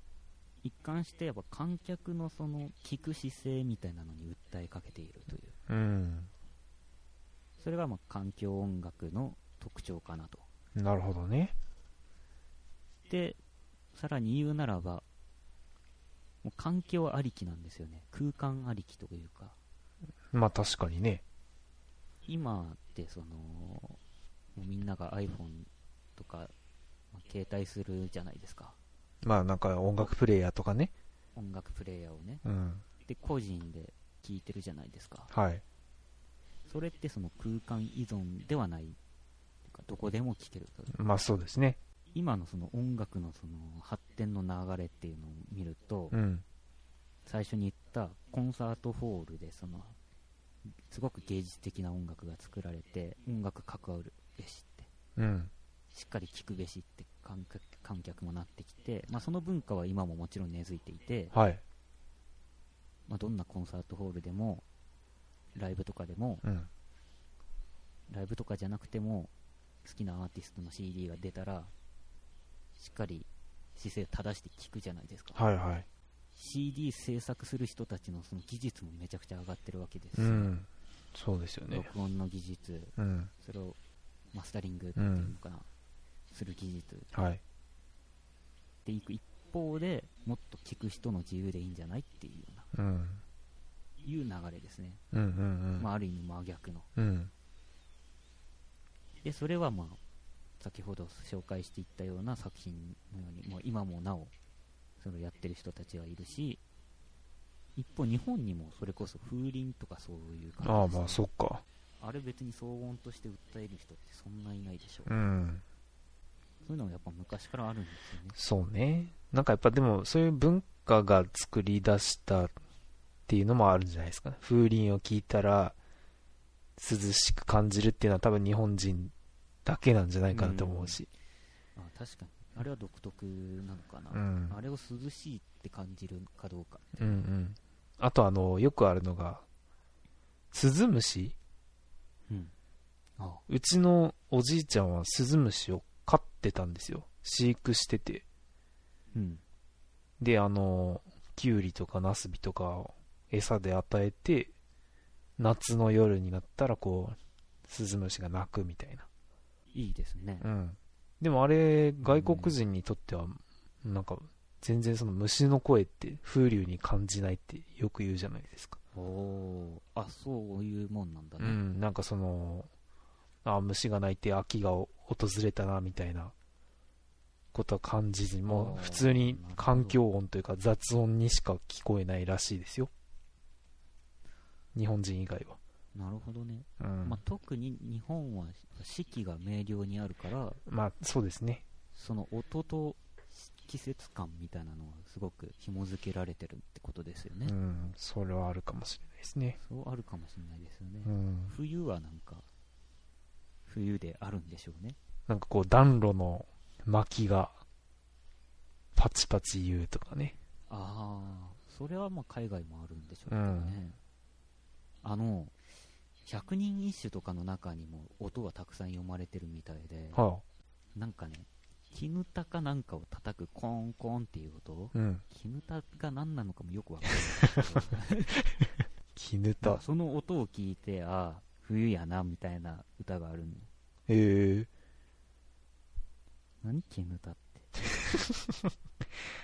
Speaker 1: 一貫してやっぱ観客のその聞く姿勢みたいなのに訴えかけているという
Speaker 2: うん。
Speaker 1: それがまあ環境音楽の特徴かなと
Speaker 2: なるほどね。
Speaker 1: でさらに言うならばもう環境ありきなんですよね空間ありきというか
Speaker 2: まあ確かにね。
Speaker 1: 今ってそのもうみんなが iPhone とかまあ携帯するじゃないですか
Speaker 2: まあなんか音楽プレイヤーとかね。
Speaker 1: 音楽プレイヤーをね
Speaker 2: うん。
Speaker 1: で個人で聴いてるじゃないですか
Speaker 2: はい。
Speaker 1: それってその空間依存ではないというかどこでも聴けると
Speaker 2: まあそうですね。
Speaker 1: 今のその音楽のその発展の流れっていうのを見ると、
Speaker 2: うん。
Speaker 1: 最初に言ったコンサートホールでそのすごく芸術的な音楽が作られて音楽関わるべしって
Speaker 2: うん。
Speaker 1: しっかり聴くべしって観客観客もなってきて、まあ、その文化は今ももちろん根付いていて、
Speaker 2: はい。
Speaker 1: まあ、どんなコンサートホールでもライブとかでも
Speaker 2: うん。
Speaker 1: ライブとかじゃなくても好きなアーティストの CD が出たらしっかり姿勢を正して聴くじゃないですか、
Speaker 2: はいはい。
Speaker 1: CD 制作する人たちのその技術もめちゃくちゃ上がってるわけです
Speaker 2: う
Speaker 1: よ、
Speaker 2: ん。そうですよね。
Speaker 1: 録音の技術、
Speaker 2: うん。
Speaker 1: それをマスタリングっていうのかな、する技術
Speaker 2: はい。
Speaker 1: でいく一方で、もっと聞く人の自由でいいんじゃないっていうような、
Speaker 2: うん。
Speaker 1: いう流れですね、
Speaker 2: うんうんうん。
Speaker 1: まあ、ある意味真逆の。
Speaker 2: うん。
Speaker 1: で、それはまあ、先ほど紹介していったような作品のように、もう今もなお、それをやってる人たちはいるし、一方、日本にもそれこそ風鈴とかそういう感じですね、
Speaker 2: ああまあそっか。
Speaker 1: あれ別に騒音として訴える人ってそんないないでしょう、
Speaker 2: うん。
Speaker 1: そういうのがやっぱ昔からあるんですよね
Speaker 2: そうね。なんかやっぱでもそういう文化が作り出したっていうのもあるんじゃないですか。風鈴を聞いたら涼しく感じるっていうのは多分日本人だけなんじゃないかなと思うし。
Speaker 1: あ確かにあれは独特なのかな、
Speaker 2: うん。
Speaker 1: あれを涼しいって感じるかどうか
Speaker 2: うんうん。あとあの、よくあるのが、スズムシ
Speaker 1: うんああ
Speaker 2: うちのおじいちゃんはスズムシを飼ってたんですよ。飼育してて。
Speaker 1: うん
Speaker 2: で、あの、キュウリとかナスビとかを餌で与えて、夏の夜になったらこう、スズムシが鳴くみたいな。
Speaker 1: いいですね、
Speaker 2: うん。でもあれ、外国人にとっては、なんか、全然その虫の声って風流に感じないってよく言うじゃないですか。
Speaker 1: おおーあそういうもんなんだ
Speaker 2: う
Speaker 1: ね、
Speaker 2: ん、なんかその、あ虫が鳴いて秋が訪れたなみたいなことは感じずに、も
Speaker 1: あー
Speaker 2: う普通に環境音というか雑音にしか聞こえないらしいですよ。日本人以外は。
Speaker 1: なるほどね、
Speaker 2: うん。
Speaker 1: まあ
Speaker 2: ま、
Speaker 1: 特に日本は四季が明瞭にあるから
Speaker 2: あ、そうですね。
Speaker 1: その音と季節感みたいなのはすごく紐付けられてるってことですよね、
Speaker 2: うん。それはあるかもしれないですね。
Speaker 1: そうあるかもしれないですよね、
Speaker 2: うん。
Speaker 1: 冬はなんか冬であるんでしょうね
Speaker 2: なんかこう暖炉の薪がパチパチ言うとかね。
Speaker 1: ああそれはまあ海外もあるんでしょうけどね、あの百人一首とかの中にも音はたくさん読まれてるみたいで、
Speaker 2: は
Speaker 1: なんかね絹たかなんかを叩くコーンコーンっていう音
Speaker 2: あ、うん。
Speaker 1: 絹たが何なのかもよくわかんないんですけど
Speaker 2: 絹
Speaker 1: なん
Speaker 2: 田
Speaker 1: か。その音を聞いてああ冬やなみたいな歌があるの
Speaker 2: ええ
Speaker 1: 何煙たって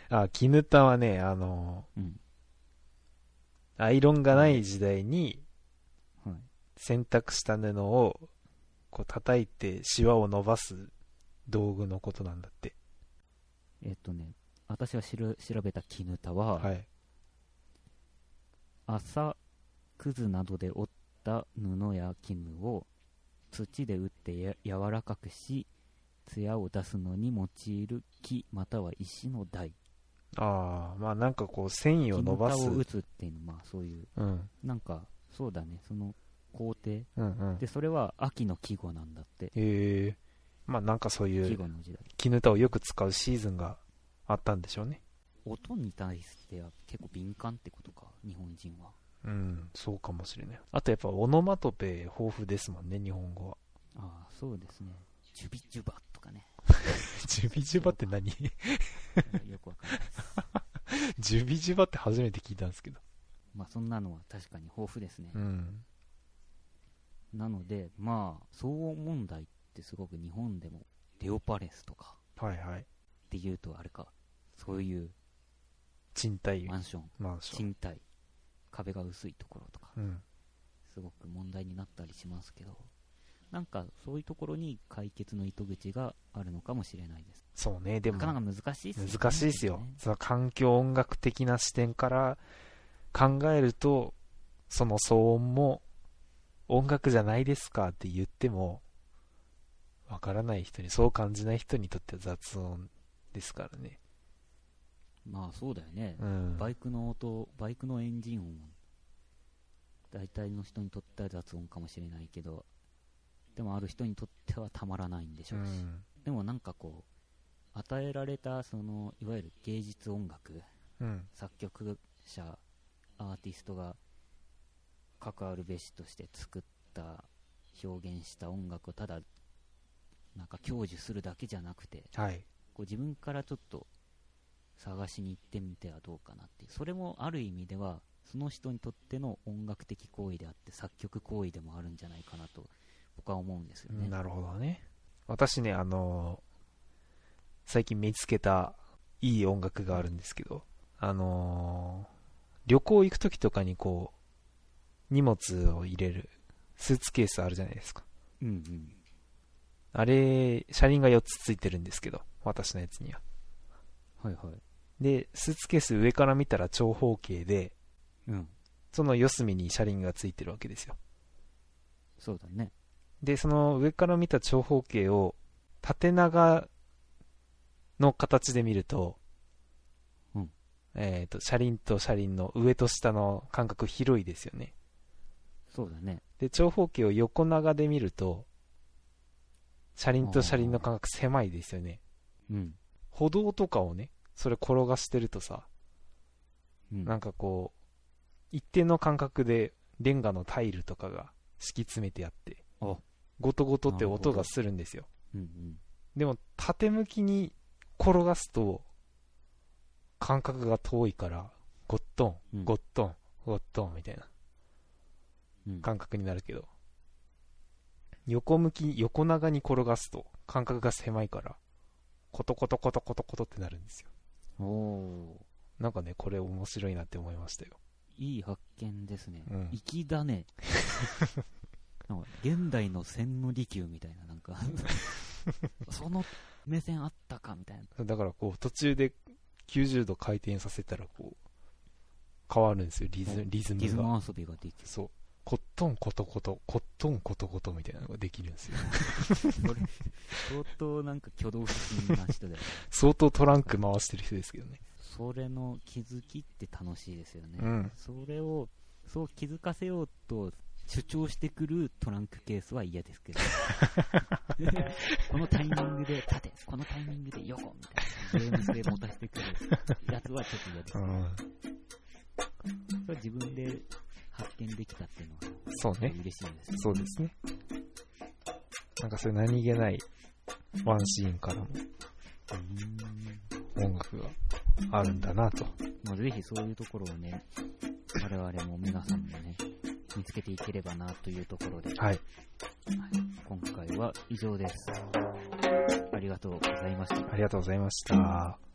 Speaker 2: あ、絹田はね、あの、
Speaker 1: うん
Speaker 2: アイロンがない時代に
Speaker 1: はい
Speaker 2: 洗濯した布をこう叩いてシワを伸ばす道具のことなんだって。
Speaker 1: えっとね私が知る調べた絹たは、
Speaker 2: はい。
Speaker 1: 麻くずなどで折った布や絹を土で打ってや柔らかくし艶を出すのに用いる木または石の台
Speaker 2: ああ、まあなんかこう繊維を
Speaker 1: 絹
Speaker 2: 伸ば
Speaker 1: たを
Speaker 2: す。うん
Speaker 1: 打。つっていうのまあそういう
Speaker 2: うん
Speaker 1: なんかそうだねその工程
Speaker 2: うん。
Speaker 1: でそれは秋の季語なんだって
Speaker 2: ええまあなんかそうい
Speaker 1: 季
Speaker 2: う
Speaker 1: 語の時代
Speaker 2: 絹田をよく使うシーズンがあったんでしょうね。
Speaker 1: 音に対しては結構敏感ってことか日本人は
Speaker 2: うん、そうかもしれない。あとやっぱオノマトペ豊富ですもんね、日本語は。
Speaker 1: ああそうですねジュビジュバとかね
Speaker 2: ジュビジュバって何
Speaker 1: よくわかんないです
Speaker 2: ジュビジュバって初めて聞いたんですけど。
Speaker 1: まあそんなのは確かに豊富ですね
Speaker 2: うん。
Speaker 1: なので、まあ、騒音問題ってすごく日本でも、レオパレスとか
Speaker 2: はいはい。
Speaker 1: っていうと、あれか、そういう
Speaker 2: 賃貸
Speaker 1: マンション、
Speaker 2: マンション。
Speaker 1: 賃貸、壁が薄いところとか、
Speaker 2: うん。
Speaker 1: すごく問題になったりしますけど、なんかそういうところに解決の糸口があるのかもしれないです。
Speaker 2: そうね、で
Speaker 1: な
Speaker 2: も
Speaker 1: かなか難しいですよね。
Speaker 2: 難しいですよ
Speaker 1: ね。
Speaker 2: その環境音楽的な視点から考えると、その騒音も音楽じゃないですかって言っても、わからない人に、そう感じない人にとっては雑音ですからね。
Speaker 1: まあそうだよね。
Speaker 2: うん。
Speaker 1: バイクの音、バイクのエンジン音は、大体の人にとっては雑音かもしれないけど、でもある人にとってはたまらないんでし
Speaker 2: う
Speaker 1: ょうし、
Speaker 2: ん。
Speaker 1: でもなんかこう、与えられた、その、いわゆる芸術音楽、
Speaker 2: うん。
Speaker 1: 作曲者、アーティストが、関わるべしとして作った、表現した音楽をただ、なんか享受するだけじゃなくて、
Speaker 2: はい。
Speaker 1: こう自分からちょっと探しに行ってみてはどうかなっていうそれもある意味ではその人にとっての音楽的行為であって作曲行為でもあるんじゃないかなと僕は思うんですよね、
Speaker 2: なるほどね。私ね、あのー最近見つけたいい音楽があるんですけど、あのー旅行行く時とかにこう、荷物を入れるスーツケースあるじゃないですか。
Speaker 1: うんうん
Speaker 2: あれ、車輪が4つついてるんですけど、私のやつには。
Speaker 1: はいはい
Speaker 2: で、スーツケース上から見たら長方形で、
Speaker 1: うん
Speaker 2: その四隅に車輪がついてるわけですよ。
Speaker 1: そうだね
Speaker 2: で、その上から見た長方形を縦長の形で見ると、
Speaker 1: うん
Speaker 2: えっ、と、車輪と車輪の上と下の間隔広いですよね。
Speaker 1: そうだね
Speaker 2: で、長方形を横長で見ると、車輪と車輪の間隔狭いですよね。
Speaker 1: うん
Speaker 2: 歩道とかをね、それ転がしてるとさ、
Speaker 1: うん
Speaker 2: なんかこう、一定の間隔でレンガのタイルとかが敷き詰めてあって
Speaker 1: あ、
Speaker 2: ゴトゴトって音がするんですよ。
Speaker 1: うんうん
Speaker 2: でも縦向きに転がすと感覚が遠いからゴット
Speaker 1: うん
Speaker 2: ンゴットンゴットンみたいな
Speaker 1: うん
Speaker 2: 感覚になるけど横向き横長に転がすと感覚が狭いからコトコトコトコトコトってなるんですよ
Speaker 1: おお
Speaker 2: なんかねこれ面白いなって思いましたよ
Speaker 1: ーいい発見ですね
Speaker 2: うん
Speaker 1: 粋、だ ね なんか現代の千利休みたいななんかその目線あったかみたいな。
Speaker 2: だからこう途中で90度回転させたらこう変わるんですよリズリズムが
Speaker 1: リズム遊びができる。
Speaker 2: そうコットンコトコトコットンコトコトみたいなのができるんですよ
Speaker 1: これ、相当なんか挙動不審な人で。
Speaker 2: 相当トランク回してる人ですけどね
Speaker 1: それの気づきって楽しいですよね。
Speaker 2: うん
Speaker 1: それを、そう気づかせようと主張してくるトランクケースは嫌ですけ ど。このタイミングで縦、このタイミングで横みたいな。ゲームで持たせてくるやつはちょっと嫌です
Speaker 2: う。ん
Speaker 1: それは自分で発見できたっていうのは
Speaker 2: そうね
Speaker 1: 嬉しいですね。
Speaker 2: そうですねなんかそういう何気ないワンシーンからも
Speaker 1: うーん
Speaker 2: 音楽があるんだなと
Speaker 1: まあ、ぜひそういうところをね、我々も皆さんもね、見つけていければなというところで、
Speaker 2: は
Speaker 1: は
Speaker 2: い
Speaker 1: い今回は以上です。ありがとうございました。
Speaker 2: ありがとうございました